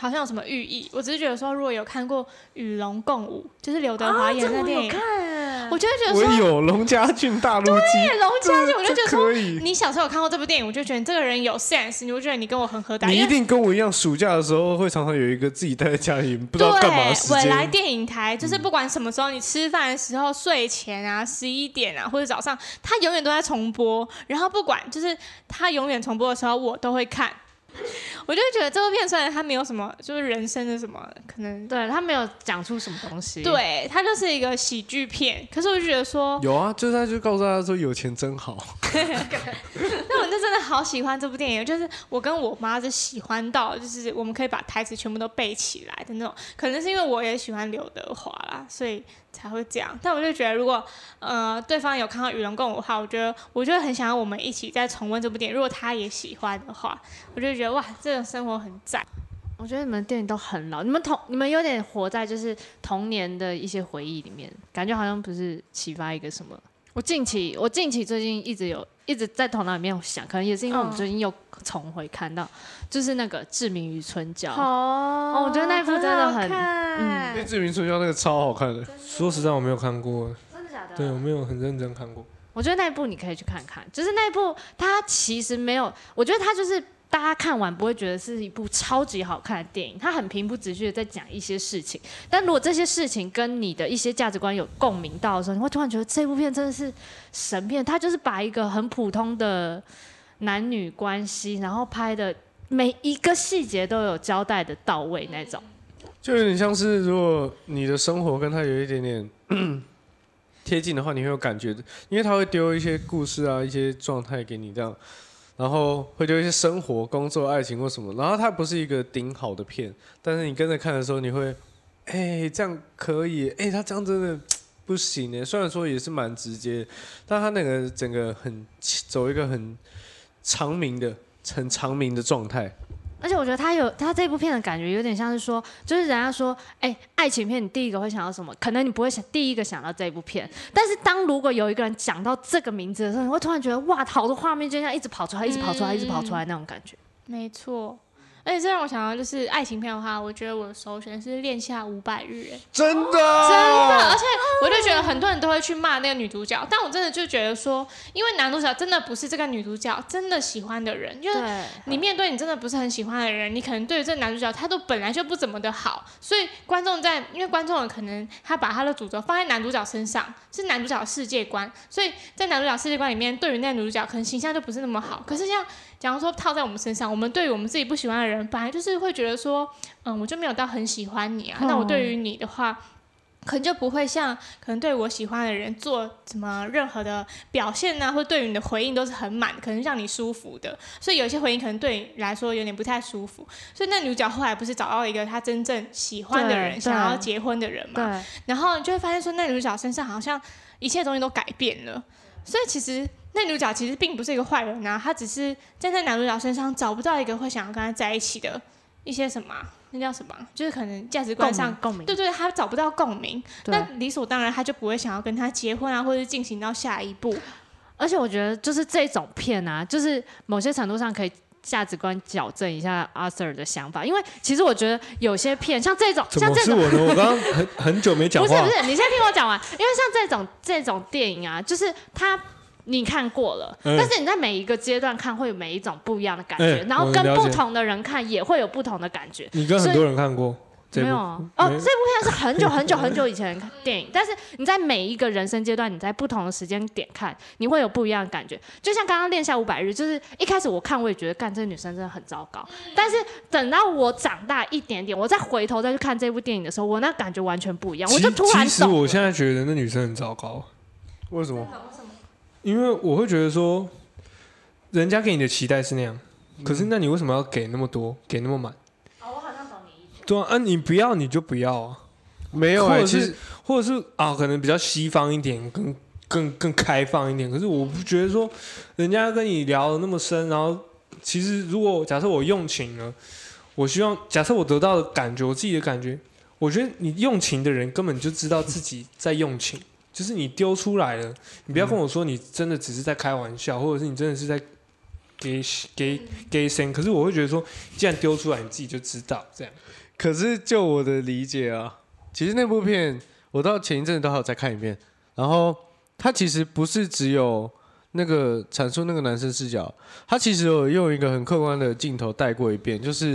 好像有什么寓意？我只是觉得说，如果有看过《与龙共舞》，就是刘德华演的那电影，看我就会觉得我说，有龙家俊大陆哎机，龙家俊，我就这觉得说，可以。你小时候有看过这部电影，我就觉得你这个人有 sense，你会觉得你跟我很合搭。你因一为定跟我一样，暑假的时候会常常有一个自己待在家里不知道干嘛的时对，未来间。嗯电影台就是不管什么时候，你吃饭的时候、睡前啊、十一点啊，或者早上，它永远都在重播。然后不管就是它永远重播的时候，我都会看。 我就觉得这部片虽然它没有什么，就是人生的什么可能，对他没有讲出什么东西。，对，它就是一个喜剧片。可是我就觉得说，有啊，就是他就告诉大家说有钱真好。那我就真的好喜欢这部电影，就是我跟我妈是喜欢到，就是我们可以把台词全部都背起来的那种。可能是因为我也喜欢刘德华啦，所以才会这样。但我就觉得，如果呃对方有看到《与龙共舞》的话，我觉得我就很想要我们一起再重温这部电影。如果他也喜欢的话，我就觉得哇，这种生活很赞。我觉得你们电影都很老，你们童你们有点活在就是童年的一些回忆里面，感觉好像不是启发一个什么。我近期我近期最近一直有一直在头脑里面有想，可能也是因为我们嗯最近又重回看到，就是那个《志明与春娇》哦我觉得那一部真的很看那志明春娇那个超好看的，说实在，我没有看过，真的假的？对我没有很认真看过。我觉得那一部你可以去看看，就是那一部它其实没有，我觉得它就是大家看完不会觉得是一部超级好看的电影，它很平铺直叙的在讲一些事情，但如果这些事情跟你的一些价值观有共鸣到的时候，你会突然觉得这部片真的是神片，它就是把一个很普通的男女关系，然后拍的每一个细节都有交代的到位那种。就有点像是如果你的生活跟他有一点点 贴近的话，你会有感觉的，因为他会丢一些故事啊、一些状态给你这样，然后会丢一些生活、工作、爱情或什么。然后它不是一个顶好的片，但是你跟着看的时候，你会，哎、这样可以，哎、他这样真的不行哎。虽然说也是蛮直接，但他那个整个很走一个很长明的、很长明的状态。而且我觉得他有他这部片的感觉有点像是说，就是人家说，哎、爱情片你第一个会想到什么？可能你不会想第一个想到这部片，但是当如果有一个人讲到这个名字的时候，你会突然觉得哇，好多画面就像一直跑出来，一直跑出来，一直跑出来那种感觉。没错。而且这让我想到，就是爱情片的话，我觉得我的首选是《恋下五百日》哎，真的，啊真的，而且我就觉得很多人都会去骂那个女主角，但我真的就觉得说，因为男主角真的不是这个女主角真的喜欢的人，就是对，你面对你真的不是很喜欢的人，你可能对于这个男主角态度本来就不怎么的好，所以观众在因为观众可能他把他的主轴放在男主角身上，是男主角的世界观，所以在男主角世界观里面，对于那个女主角可能形象就不是那么好。可是像假如说套在我们身上，我们对于我们自己不喜欢的人，本来就是会觉得说，嗯，我就没有到很喜欢你啊，那我对于你的话。可能就不会像可能对我喜欢的人做什么任何的表现啊，或对你的回应都是很满，可能让你舒服的。所以有些回应可能对你来说有点不太舒服。所以那女主角后来不是找到一个她真正喜欢的对人，对想要结婚的人嘛？对，然后你就会发现说，那女主角身上好像一切东西都改变了。所以其实那女主角其实并不是一个坏人啊，她只是站在男主角身上找不到一个会想要跟他在一起的一些什么啊，那叫什么啊？就是可能价值观上。共鸣，对对，她找不到共鸣，对那理所当然，她就不会想要跟他结婚啊，或者是进行到下一步。而且我觉得就是这种片啊，就是某些程度上可以。价值观矫正一下阿 Sir 的想法，因为其实我觉得有些片像这种，怎像么这是种我呢？我刚刚很很久没讲不是话不。是，你先听我讲完，因为像这种这种电影啊，就是它。你看过了，嗯但是你在每一个阶段看会有每一种不一样的感觉，嗯然后跟我了不解同的人看也会有不同的感觉。你跟很多人看过这没部有啊哦，这部没片是很久很久很久以前的电影，但 是你在每一个人生阶段，你在不同的时间点看，你会有不一样的感觉。就像刚刚《恋下五百日》，就是一开始我看我也觉得，干这个女生真的很糟糕，嗯但是等到我长大一点点，我再回头再去看这部电影的时候，我那感觉完全不一样，我就其突然其实懂我了。现在觉得那女生很糟糕，为什么？因为我会觉得说，人家给你的期待是那样，可嗯是那你为什么要给那么多，给那么满？哦，我好像懂你意思。对啊，啊你不要你就不要啊，没有、或欸，者其是实或者是啊，可能比较西方一点，更更更开放一点。可是我不觉得说，人家跟你聊的那么深，然后其实如果假设我用情了，我希望假设我得到的感觉，我自己的感觉，我觉得你用情的人根本就知道自己在用情，就是你丢出来了，你不要跟我说你真的只是在开玩笑，或者是你真的是在。给给给声，可是我会觉得说，既然丢出来，你自己就知道这样。可是就我的理解啊，其实那部片我到前一阵子都还有再看一遍，然后它其实不是只有那个阐述那个男生视角，它其实有用一个很客观的镜头带过一遍，就是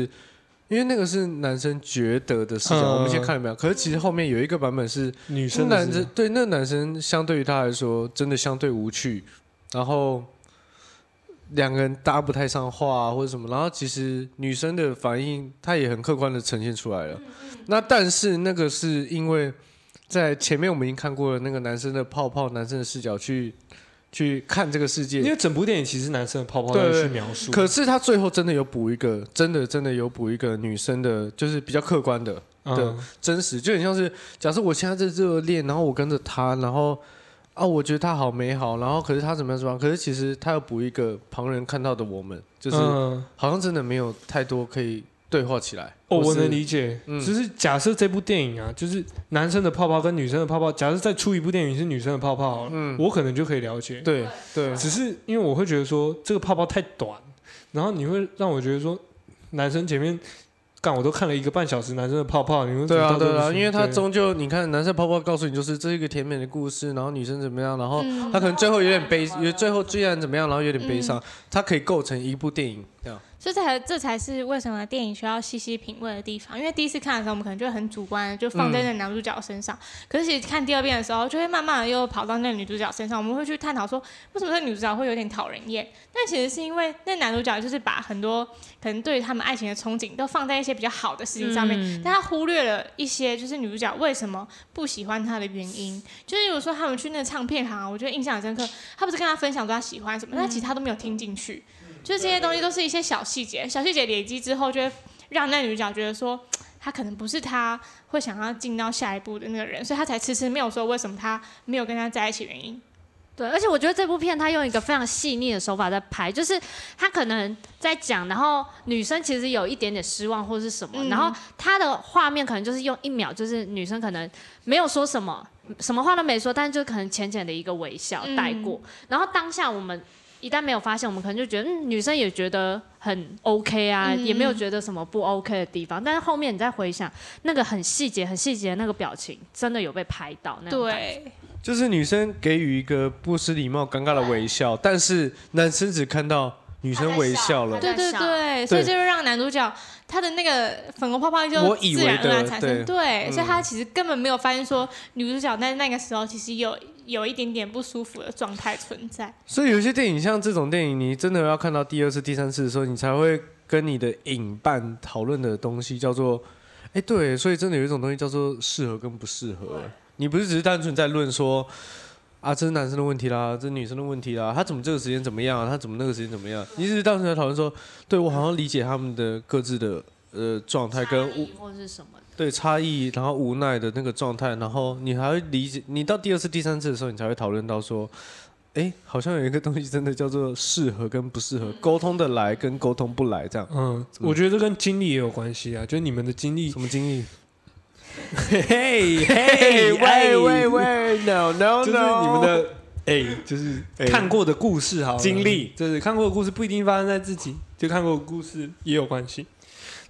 因为那个是男生觉得的视角，嗯我们先看了没有？可是其实后面有一个版本是女是生的男是生对那男生相对于他来说，真的相对无趣，然后两个人搭不太上话、啊、或者什么，然后其实女生的反应，她也很客观的呈现出来了。那但是那个是因为在前面我们已经看过了那个男生的泡泡，男生的视角去去看这个世界，因为整部电影其实男生的泡泡在对去描述，可是他最后真的有补一个，真的真的有补一个女生的，就是比较客观的。的嗯，真实，就很像是假设我现在在热恋，然后我跟着他，然后啊，我觉得他好美好，然后可是他怎么样怎么样，可是其实他要补一个旁人看到的我们，就是嗯好像真的没有太多可以对话起来。哦，或我是能理解，嗯就是假设这部电影啊，就是男生的泡泡跟女生的泡泡，假设再出一部电影是女生的泡泡好了，嗯我可能就可以了解。对对，只是因为我会觉得说这个泡泡太短，然后你会让我觉得说男生前面干我都看了一个半小时男生的泡泡，你们对啊，怎么到这对不啊，行因为他对终究你看，男生泡泡告诉你就是这是一个甜美的故事，然后女生怎么样，然后嗯他可能最后有点悲，有最后居然怎么样，然后有点悲伤，它可以构成一部电影这样。所以这才这才是为什么电影需要细细品味的地方，因为第一次看的时候，我们可能就会很主观，就放在那男主角身上。可是其实看第二遍的时候，就会慢慢的又跑到那女主角身上，我们会去探讨说，为什么这女主角会有点讨人厌？但其实是因为那男主角就是把很多可能对于他们爱情的憧憬都放在一些比较好的事情上面，嗯但他忽略了一些就是女主角为什么不喜欢他的原因。就是有时候他们去那个唱片行啊，我觉得印象很深刻，他不是跟他分享说他喜欢什嗯么，但其实他都没有听进去。就是这些东西都是一些小细节，小细节累积之后，就会让那女主角觉得说，她可能不是她会想要进到下一步的那个人，所以她才迟迟没有说为什么她没有跟他在一起的原因。对，而且我觉得这部片他用一个非常细腻的手法在拍，就是他可能在讲，然后女生其实有一点点失望或是什么，嗯然后他的画面可能就是用一秒，就是女生可能没有说什么，什么话都没说，但是就可能浅浅的一个微笑嗯带过，然后当下我们。一旦没有发现，我们可能就觉得，嗯，女生也觉得很 OK 啊，嗯也没有觉得什么不 OK 的地方。但是后面你再回想那个很细节、很细节的那个表情，真的有被拍到那种感觉。对，就是女生给予一个不失礼貌、尴尬的微笑，但是男生只看到女生微笑了她。在对对笑对，所以就是让男主角他的那个粉红泡泡就我以自为然而然的产生，对对，嗯所以他其实根本没有发现说女主角在那个时候其实有有一点点不舒服的状态存在。所以有一些电影像这种电影，你真的要看到第二次、第三次的时候，你才会跟你的影伴讨论的东西叫做，哎，对，所以真的有一种东西叫做适合跟不适合。你不是只是单纯在论说。啊，这是男生的问题啦，这是女生的问题啦，他怎么这个时间怎么样啊？他怎么那个时间怎么样？你只是单纯在讨论说，对我好像理解他们的各自的呃状态跟差异或是什么的，对差异，然后无奈的那个状态，然后你还会理解，你到第二次、第三次的时候，你才会讨论到说，哎，好像有一个东西真的叫做适合跟不适合，沟通的来跟沟通不来这样。嗯，我觉得这跟经历也有关系啊，就是你们的经历哎什么经历？ 嘿嘿，喂喂哎喂，no no no，就是你们的哎，就是哎看过的故事好了经历就是看过的故事不一定发生在自己，就看过的故事也有关系。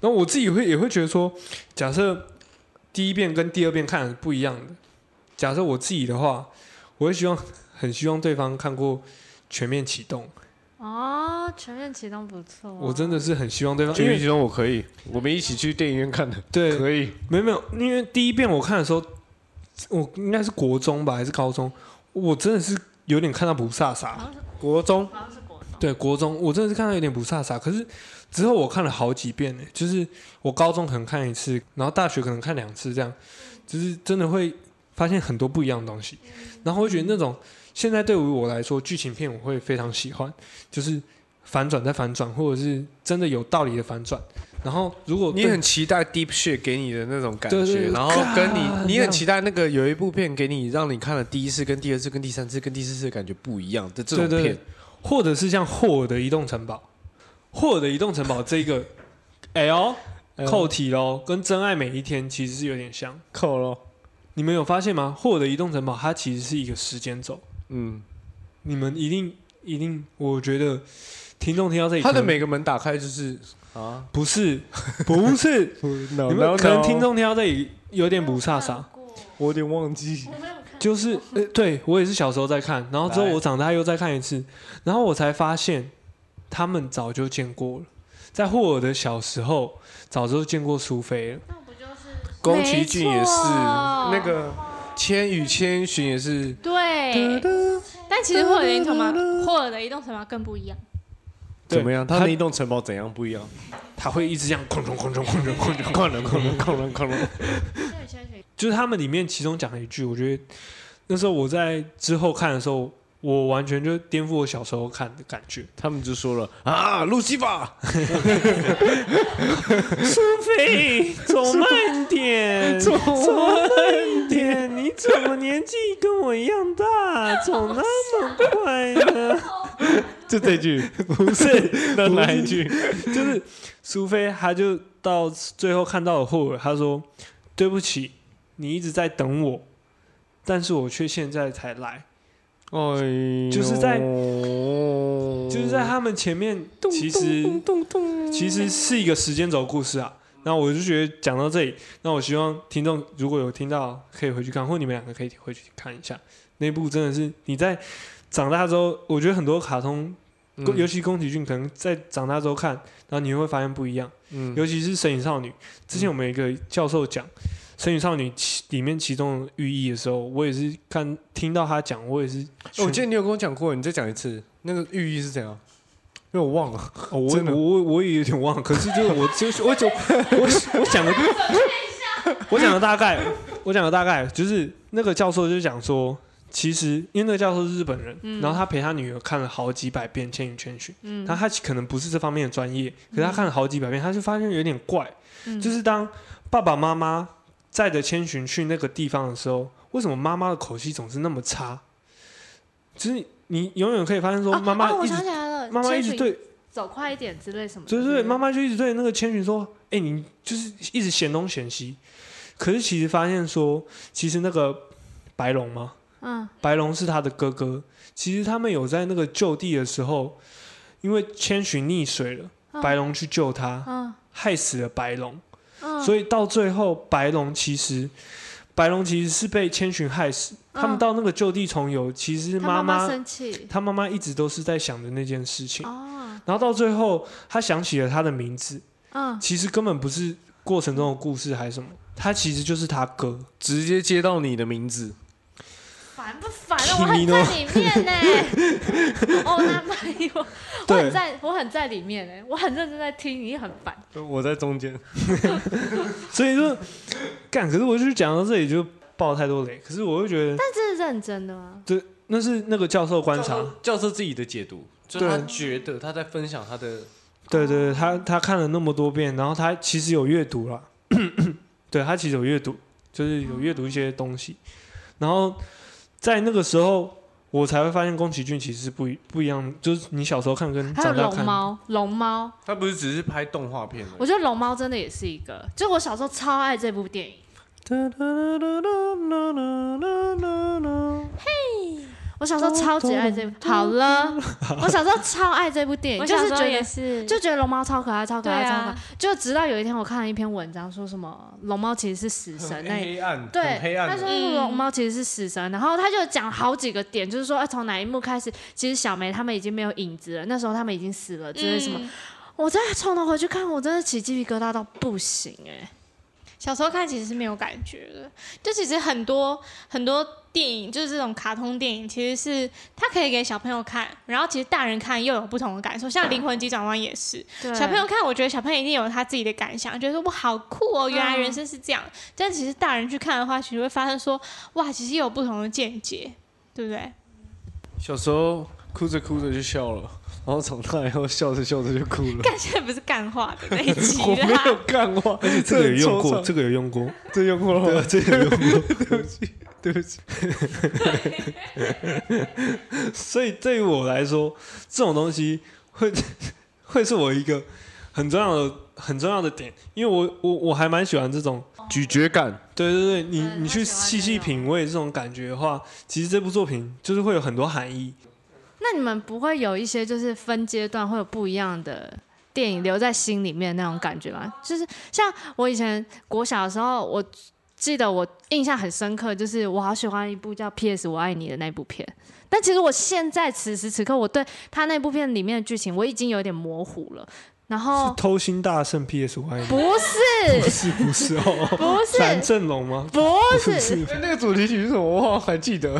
然后我自己会也会觉得说，假设第一遍跟第二遍看的不一样的，假设我自己的话，我会希望很希望对方看过《全面启动》，哦，全面启动不错、我真的是很希望对方，因全为民其中我可以，我们一起去电影院看的，对可以。没有没有，因为第一遍我看的时候，我应该是国中吧还是高中，我真的是有点看到不飒飒。国中好像是国中，对，国中我真的是看到有点不飒飒，可是之后我看了好几遍呢，就是我高中可能看一次，然后大学可能看两次，这样，就是真的会发现很多不一样的东西，然后会觉得那种现在对于我来说，剧情片我会非常喜欢，就是反转再反转，或者是真的有道理的反转，然后如果你对很期待 Deep Shit 给你的那种感对对觉，对然后跟你干，你很期待那个有一部片给你，让你看了第一次、跟第二次、跟第三次、跟第四次的感觉不一样的这种对对片，或者是像霍尔的移动城堡，霍尔的移动 城堡这一个，哎呦，扣题喽，跟真爱每一天其实是有点像。扣咯。你们有发现吗？霍尔的移动城堡它其实是一个时间轴，嗯，你们一定一定，我觉得听众听到这里，他的可能每个门打开就是啊，不 是不是，你你们可能听，众听到这里有点不飒飒，我有点忘记我没有看，就是呃，对我也是小时候在看，然后之后来我长大又再看一次，然后我才发现他们早就见过了，在霍尔的小时候早就见过苏菲了。那不就是 宫崎骏也是，没错哦那个《千与千寻》也是，对，但其实霍尔的移动城堡，霍尔的移动城堡更不一样。对怎么样？他他的移动城堡怎样不一样？他会一直这样空中空中空中空中，恐龙，恐龙，恐龙，恐龙。千与千寻就是他们里面其中讲了一句，我觉得那时候我在之后看的时候，我完全就颠覆我小时候看的感觉。 他们就说了啊，路西法，苏菲，走慢点，走慢点，你怎么年纪跟我一样大，走那么快呢？就这 句，不是的哪一句，就是苏菲，她就到最后看到了霍尔，她说：“对不起，你一直在等我，但是我却现在才来。哎，就是在就就是在他们前面，其实其实是一个时间轴故事啊。那我就觉得讲到这里，那我希望听众如果有听到，可以回去看，或你们两个可以回去看一下那部，真的是你在长大之后，我觉得很多卡通，嗯尤其宫崎骏，可能在长大之后看，然后你会发现不一样。嗯尤其是《神隐少女》，之前我们有一个教授讲《神隐少女其》里面其中的寓意的时候，我也是看听到他讲，我也是哦全，我记得你有跟我讲过，你再讲一次，那个寓意是怎样？因为我忘了，哦我真的我我我也有点忘了，可是就是我就是我就我我讲的，我讲的大概，我讲的大概就是那个教授就讲说，其实因为那个教授是日本人，然后他陪他女儿看了好几百遍《千与千寻》，嗯然后他可能不是这方面的专业，可是他看了好几百遍，他就发现有点怪，嗯就是当爸爸妈妈载着千寻去那个地方的时候，为什么妈妈的口气总是那么差？就是你永远可以发现说，哦妈妈哦我一直、想起来了，妈妈一千直寻对走快一点之类什么的，对对，是对不是妈妈就一直对那个千寻说：“哎、你就是一直嫌东嫌西。”可是其实发现说，其实那个白龙嘛，嗯白龙是他的哥哥。其实他们有在那个就地的时候，因为千寻溺水了，嗯白龙去救他，嗯害死了白龙。嗯，所以到最后，白龙其实白龙其实是被千寻害死。他们嗯到那个就地重游，其实他妈妈妈生气他妈妈一直都是在想着那件事情。哦，然后到最后，他想起了他的名字，嗯其实根本不是过程中的故事还是什么，他其实就是他哥。直接接到你的名字，烦不烦啊？我很 Kimi no- 在里面呢。 哦，那没有，我对很在，我很在里面呢，我很认真在听，你很烦。我在中间。所以说，干，可是我就是讲到这里就爆太多雷，可是我会觉得但这是认真的吗？那是那个教授观察，教授自己的解读，就对他觉得他在分享他的，对对对，他他看了那么多遍，然后他其实有阅读了， 对他其实有阅读，就是有阅读一些东西，然后在那个时候。我才会发现宫崎骏其实是不一不一样，就是你小时候看跟还有长大龙看，猫，龙猫，他不是只是拍动画片我觉得龙猫真的也是一个，就我小时候超爱这部电影。我小时候超级爱这部，好了，我小时候超爱这部电影，我就小是时觉候也得是，就觉得龙猫超可爱，超可爱，对超啊可爱。就直到有一天，我看了一篇文章，说什么龙猫其实是死神很那一黑暗，对很，黑他暗的。说龙猫其实是死神，然后他就讲好几个点，就是说啊，从哪一幕开始，其实小梅他们已经没有影子了，那时候他们已经死了之类什么。嗯我再从头回去看，我真的起鸡皮疙瘩到不行哎、小时候看其实是没有感觉的，就其实很多很多电影，就是这种卡通电影，其实是它可以给小朋友看，然后其实大人看又有不同的感受，像《灵魂急转弯》也是，对小朋友看，我觉得小朋友一定有他自己的感想，觉得说哇好酷哦，原来人生是这样。但其实大人去看的话，其实会发现说哇，其实有不同的见解，对不对？小时候哭着哭着就笑了，然后长大以后笑着笑着就哭了。干现在不是干话的那一集 我没有啦，干话，这个有用抽过，搐这个有用过，这用过了吗？这个有用过。对不起，所以对于我来说，这种东西会 会是我一个很重要的很重要的点，因为我我我还蛮喜欢这种，咀嚼感。对对对，你嗯你去他喜欢细细这种品味这种感觉的话，其实这部作品就是会有很多含义。那你们不会有一些就是分阶段会有不一样的电影留在心里面那种感觉吗？就是像我以前国小的时候，我记得我印象很深刻，就是我好喜欢一部叫《P.S. 我爱你》的那部片。但其实我现在此时此刻，我对他那部片里面的剧情我已经有点模糊了。然后是偷心大圣 PS 外吗？哦不不 是是不是哦，不蓝是正龙吗？不不是，是，哎，那个主题曲是什么？我好像还记得。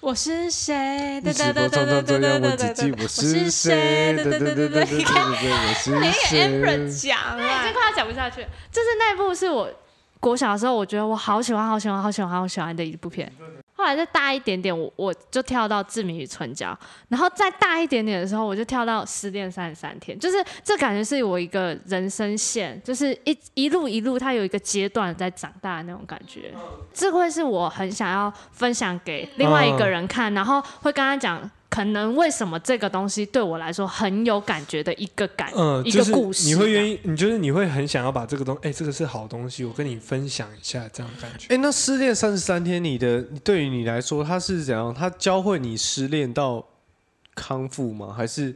我是谁？一哒直哒播哒撞哒撞哒哒作用，哒哒我只哒记，不我是是谁。谁？对哒对哒哒对对哒哒，对对你对看对，我你是给 Amber 谁？讲啊已经啦。快要讲不下去了。就是那部是我国小的时候，我觉得我好喜欢、好喜欢、好喜欢、好喜欢的一部片。后来再大一点点，我我就跳到《志明与春娇》，然后再大一点点的时候，我就跳到《失恋三十三天》，就是这感觉是我一个人生线，就是一一路一路，它有一个阶段在长大的那种感觉。这会是我很想要分享给另外一个人看，然后会跟他讲可能为什么这个东西对我来说很有感觉的一个感，嗯，一就个是故事。你会愿意？意，你就是你会很想要把这个东，哎，这个是好东西，我跟你分享一下，这样的感觉。哎，那失恋三十三天，你的对于你来说，它是怎样？它教会你失恋到康复吗？还是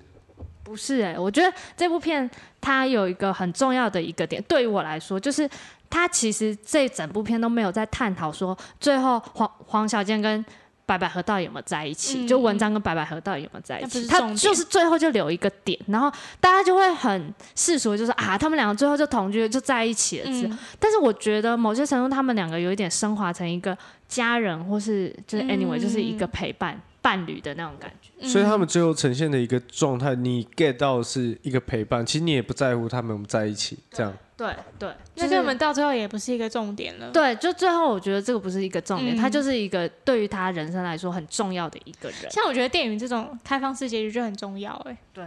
不是哎、我觉得这部片它有一个很重要的一个点，对于我来说，就是它其实这整部片都没有在探讨说最后黄黄小健跟。白百合到底有没有在一起？嗯就文章跟白百合到底有没有在一那不起？是重他点就是最后就留一个点，然后大家就会很世俗，就是啊，他们两个最后就同居了，就在一起了。之嗯，但是我觉得某些程度，他们两个有一点升华成一个家人，或是就是嗯 anyway，、就是一个陪伴伴侣的那种感觉。所以他嗯们最后呈现的一个状态，你 get 到是一个陪伴，其实你也不在乎他们在一起这样。对对，那就对是我们到最后也不是一个重点了。，对，就最后我觉得这个不是一个重嗯点，他就是一个对于他人生来说很重要的一个人。像我觉得电影这种开放式结局就很重要哎、对，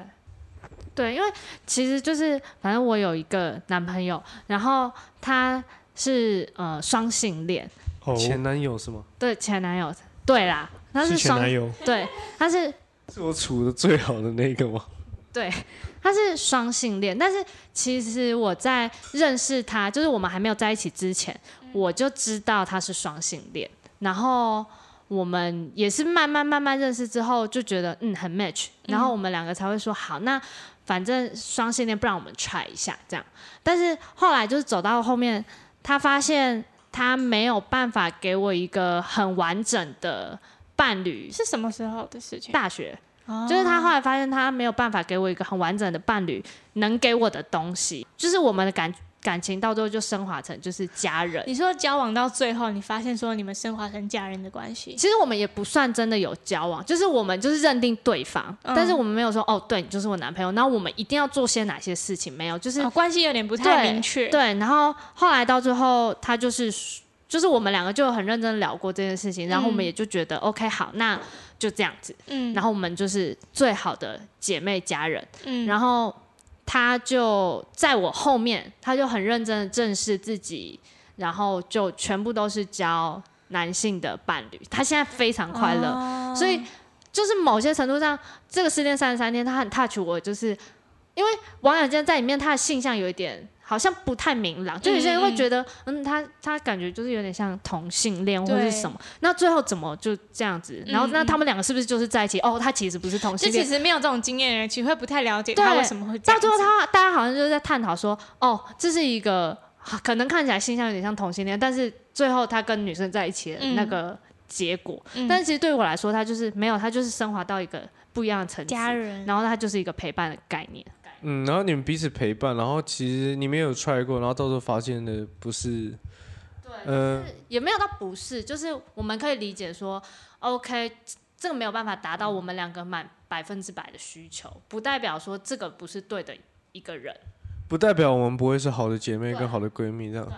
对，因为其实就是，反正我有一个男朋友，然后他是呃双性恋，哦，前男友是吗？对前男友，对啦，他是前双男，友，对，他是是我处的最好的那个吗？他是双性恋，但是其实我在认识他，就是我们还没有在一起之前，我就知道他是双性恋。然后我们也是慢慢慢慢认识之后，就觉得嗯很 match，然后我们两个才会说好，那反正双性恋，不然我们 try 一下这样。但是后来就是走到后面，他发现他没有办法给我一个很完整的伴侣。是什么时候的事情？大学哦就是他后来发现他没有办法给我一个很完整的伴侣能给我的东西，就是我们的感感情到最后就升华成就是家人。你说交往到最后，你发现说你们升华成家人的关系，其实我们也不算真的有交往，就是我们就是认定对方，嗯但是我们没有说哦，对你就是我男朋友，那我们一定要做些哪些事情？没有，就是、哦、关系有点不太对明确。，对。然后后来到最后，他就是就是我们两个就很认真地聊过这件事情，然后我们嗯也就觉得、OK，好，那就这样子。嗯，然后我们就是最好的姐妹家人。嗯，然后他就在我后面，他就很认真的正视自己，然后就全部都是交男性的伴侣。他现在非常快乐，哦所以就是某些程度上，这个失恋三十三天，他很 touch 我，就是因为王小贱在里面他的性向有一点。好像不太明朗，就有些人会觉得，嗯，他他感觉就是有点像同性恋或对是什么，那最后怎么就这样子？然后嗯那嗯他们两个是不是就是在一起？哦，他其实不是同就性恋其，实没有这种经验的人，其实会不太了解他对为什么会这到样子。最后他大家好像就是在探讨说，哦，这是一个啊可能看起来性向有点像同性恋，但是最后他跟女生在一起的那个结果。嗯但其实对我来说，他就是没有，他就是升华到一个不一样的层次，家人，然后他就是一个陪伴的概念。嗯，然后你们彼此陪伴，然后其实你们有 try 过，然后到时候发现的不是，呃，也没有到不是，就是我们可以理解说，OK，这个没有办法达到我们两个满百分之百的需求，不代表说这个不是对的一个人。不代表我们不会是好的姐妹对跟好的闺蜜这样。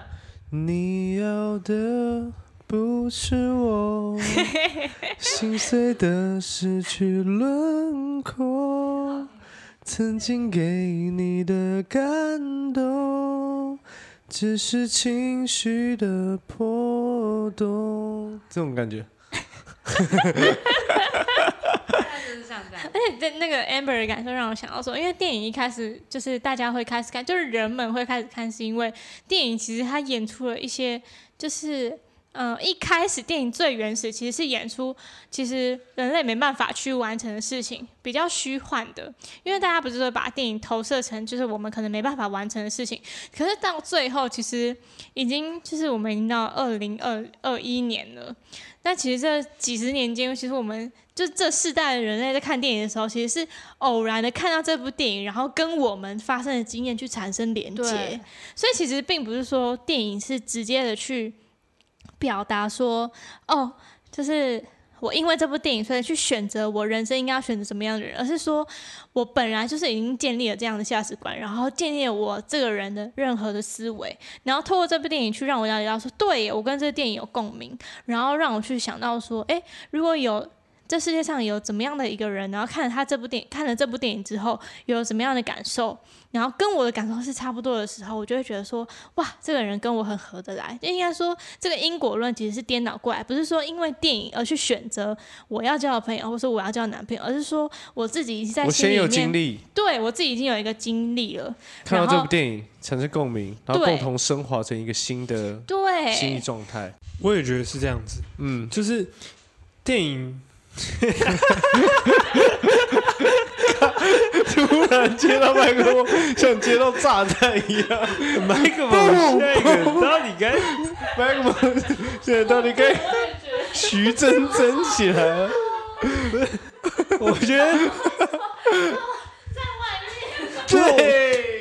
你要的不是 我，心碎的失去轮 廓，曾经给你的感动，只是情绪的波动，这种感觉。就是像这样。 而且在那个 Amber 的感受让我想到说，因为电影一开始就是大家会开始看，就是人们会开始看，是因为电影其实它演出了一些，就是嗯、呃一开始电影最原始其实是演出其实人类没办法去完成的事情，比较虚幻的。因为大家不是都把电影投射成就是我们可能没办法完成的事情，可是到最后其实已经就是我们已经到二零二二一年了，那其实这几十年间，其实我们就这世代的人类在看电影的时候，其实是偶然的看到这部电影，然后跟我们发生的经验去产生连接对。所以其实并不是说电影是直接的去表达说，哦，就是我因为这部电影，所以去选择我人生应该要选择什么样的人，而是说我本来就是已经建立了这样的价值观，然后建立了我这个人的任何的思维，然后透过这部电影去让我了解到说，对耶我跟这个电影有共鸣，然后让我去想到说，诶，如果有。这世界上有怎么样的一个人，然后看了他这部电影，看了这部电影之后有什么样的感受，然后跟我的感受是差不多的时候，我就会觉得说，哇，这个人跟我很合得来。应该说，这个因果论其实是颠倒过来，不是说因为电影而去选择我要交的朋友，或者说我要交的男朋友，而是说我自己在我心先有里经面，历，对我自己已经有一个经历了，看到然后这部电影产生共鸣，然后对共同升华成一个新的对，心理状态。我也觉得是这样子，嗯，就是电影突然接到麦克风，像接到炸弹一样。麦克风那个到底该麦克风现在到底该徐真真起来啊了？我觉得对，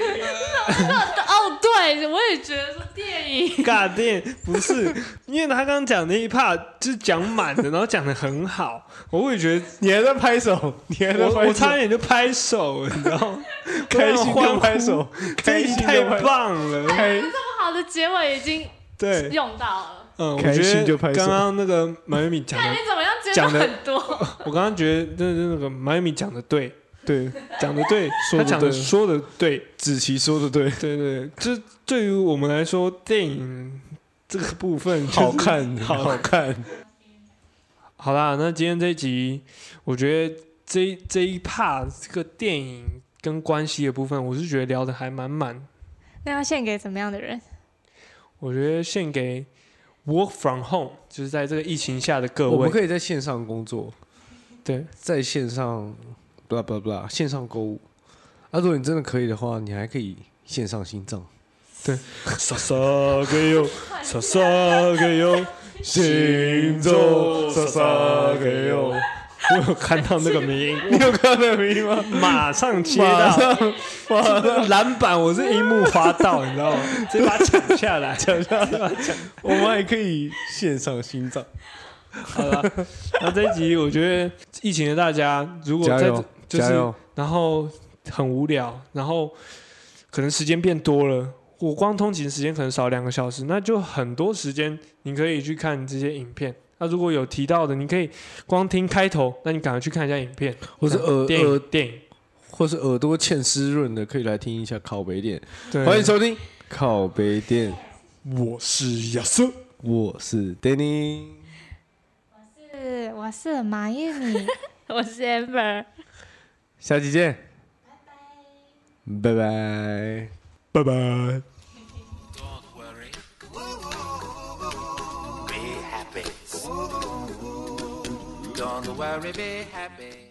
哦，对，我也觉得说电影 God damn，不是，因为他刚刚讲那一 part 就是讲满的，然后讲的很好，我也觉得你还在拍手，你还在我我拍差手，点就拍手，你知道吗？开心欢就呼拍，手，这开一集心太就拍手，棒了。开不好的结尾已经对，用 到了。嗯，我开心觉得就拍手刚刚那个马玉米讲看的你，怎么样接受讲得很多， 我刚刚觉得那那个马玉米讲的对，对， 讲的对，说他得讲的对说的对，子琪说的对，对对，这对于我们来说，电影这个部分就是好看，好看，好啦，那今天这一集，我觉得这一这一 part 这个电影跟关系的部分，我是觉得聊的还蛮满。那要献给怎么样的人？我觉得献给 work from home，就是在这个疫情下的各我们位，可以在线上工作，对，在线上，blah blah blah，线上购物。啊，如果你真的可以的话，你还可以线上心脏。 傻傻给哟，傻傻给哟，行走傻傻给哟。我有看到那个名，你有看到名吗？马上接马到上，马上，篮板，我是樱木花道，你知道吗？这把抢下来，抢下 来，抢。我们还可以线上心脏。好了，那这一集我觉得疫情的大家，如果加在油，就是加油！然后很无聊，然后可能时间变多了，我光通勤时间可能少两个小时，那就很多时间你可以去看这些影片。那如果有提到的，你可以光听开头，那你赶快去看一下影片，或是耳电影耳，电影。或是耳朵欠湿润的，可以来听一下靠北店。对，欢迎收听靠北店，我是亚瑟，我是 Danny。是，我是马玉米。我是 Amber。下期见，拜拜，拜拜。 Don't worry. Be happy. Don't worry, be happy.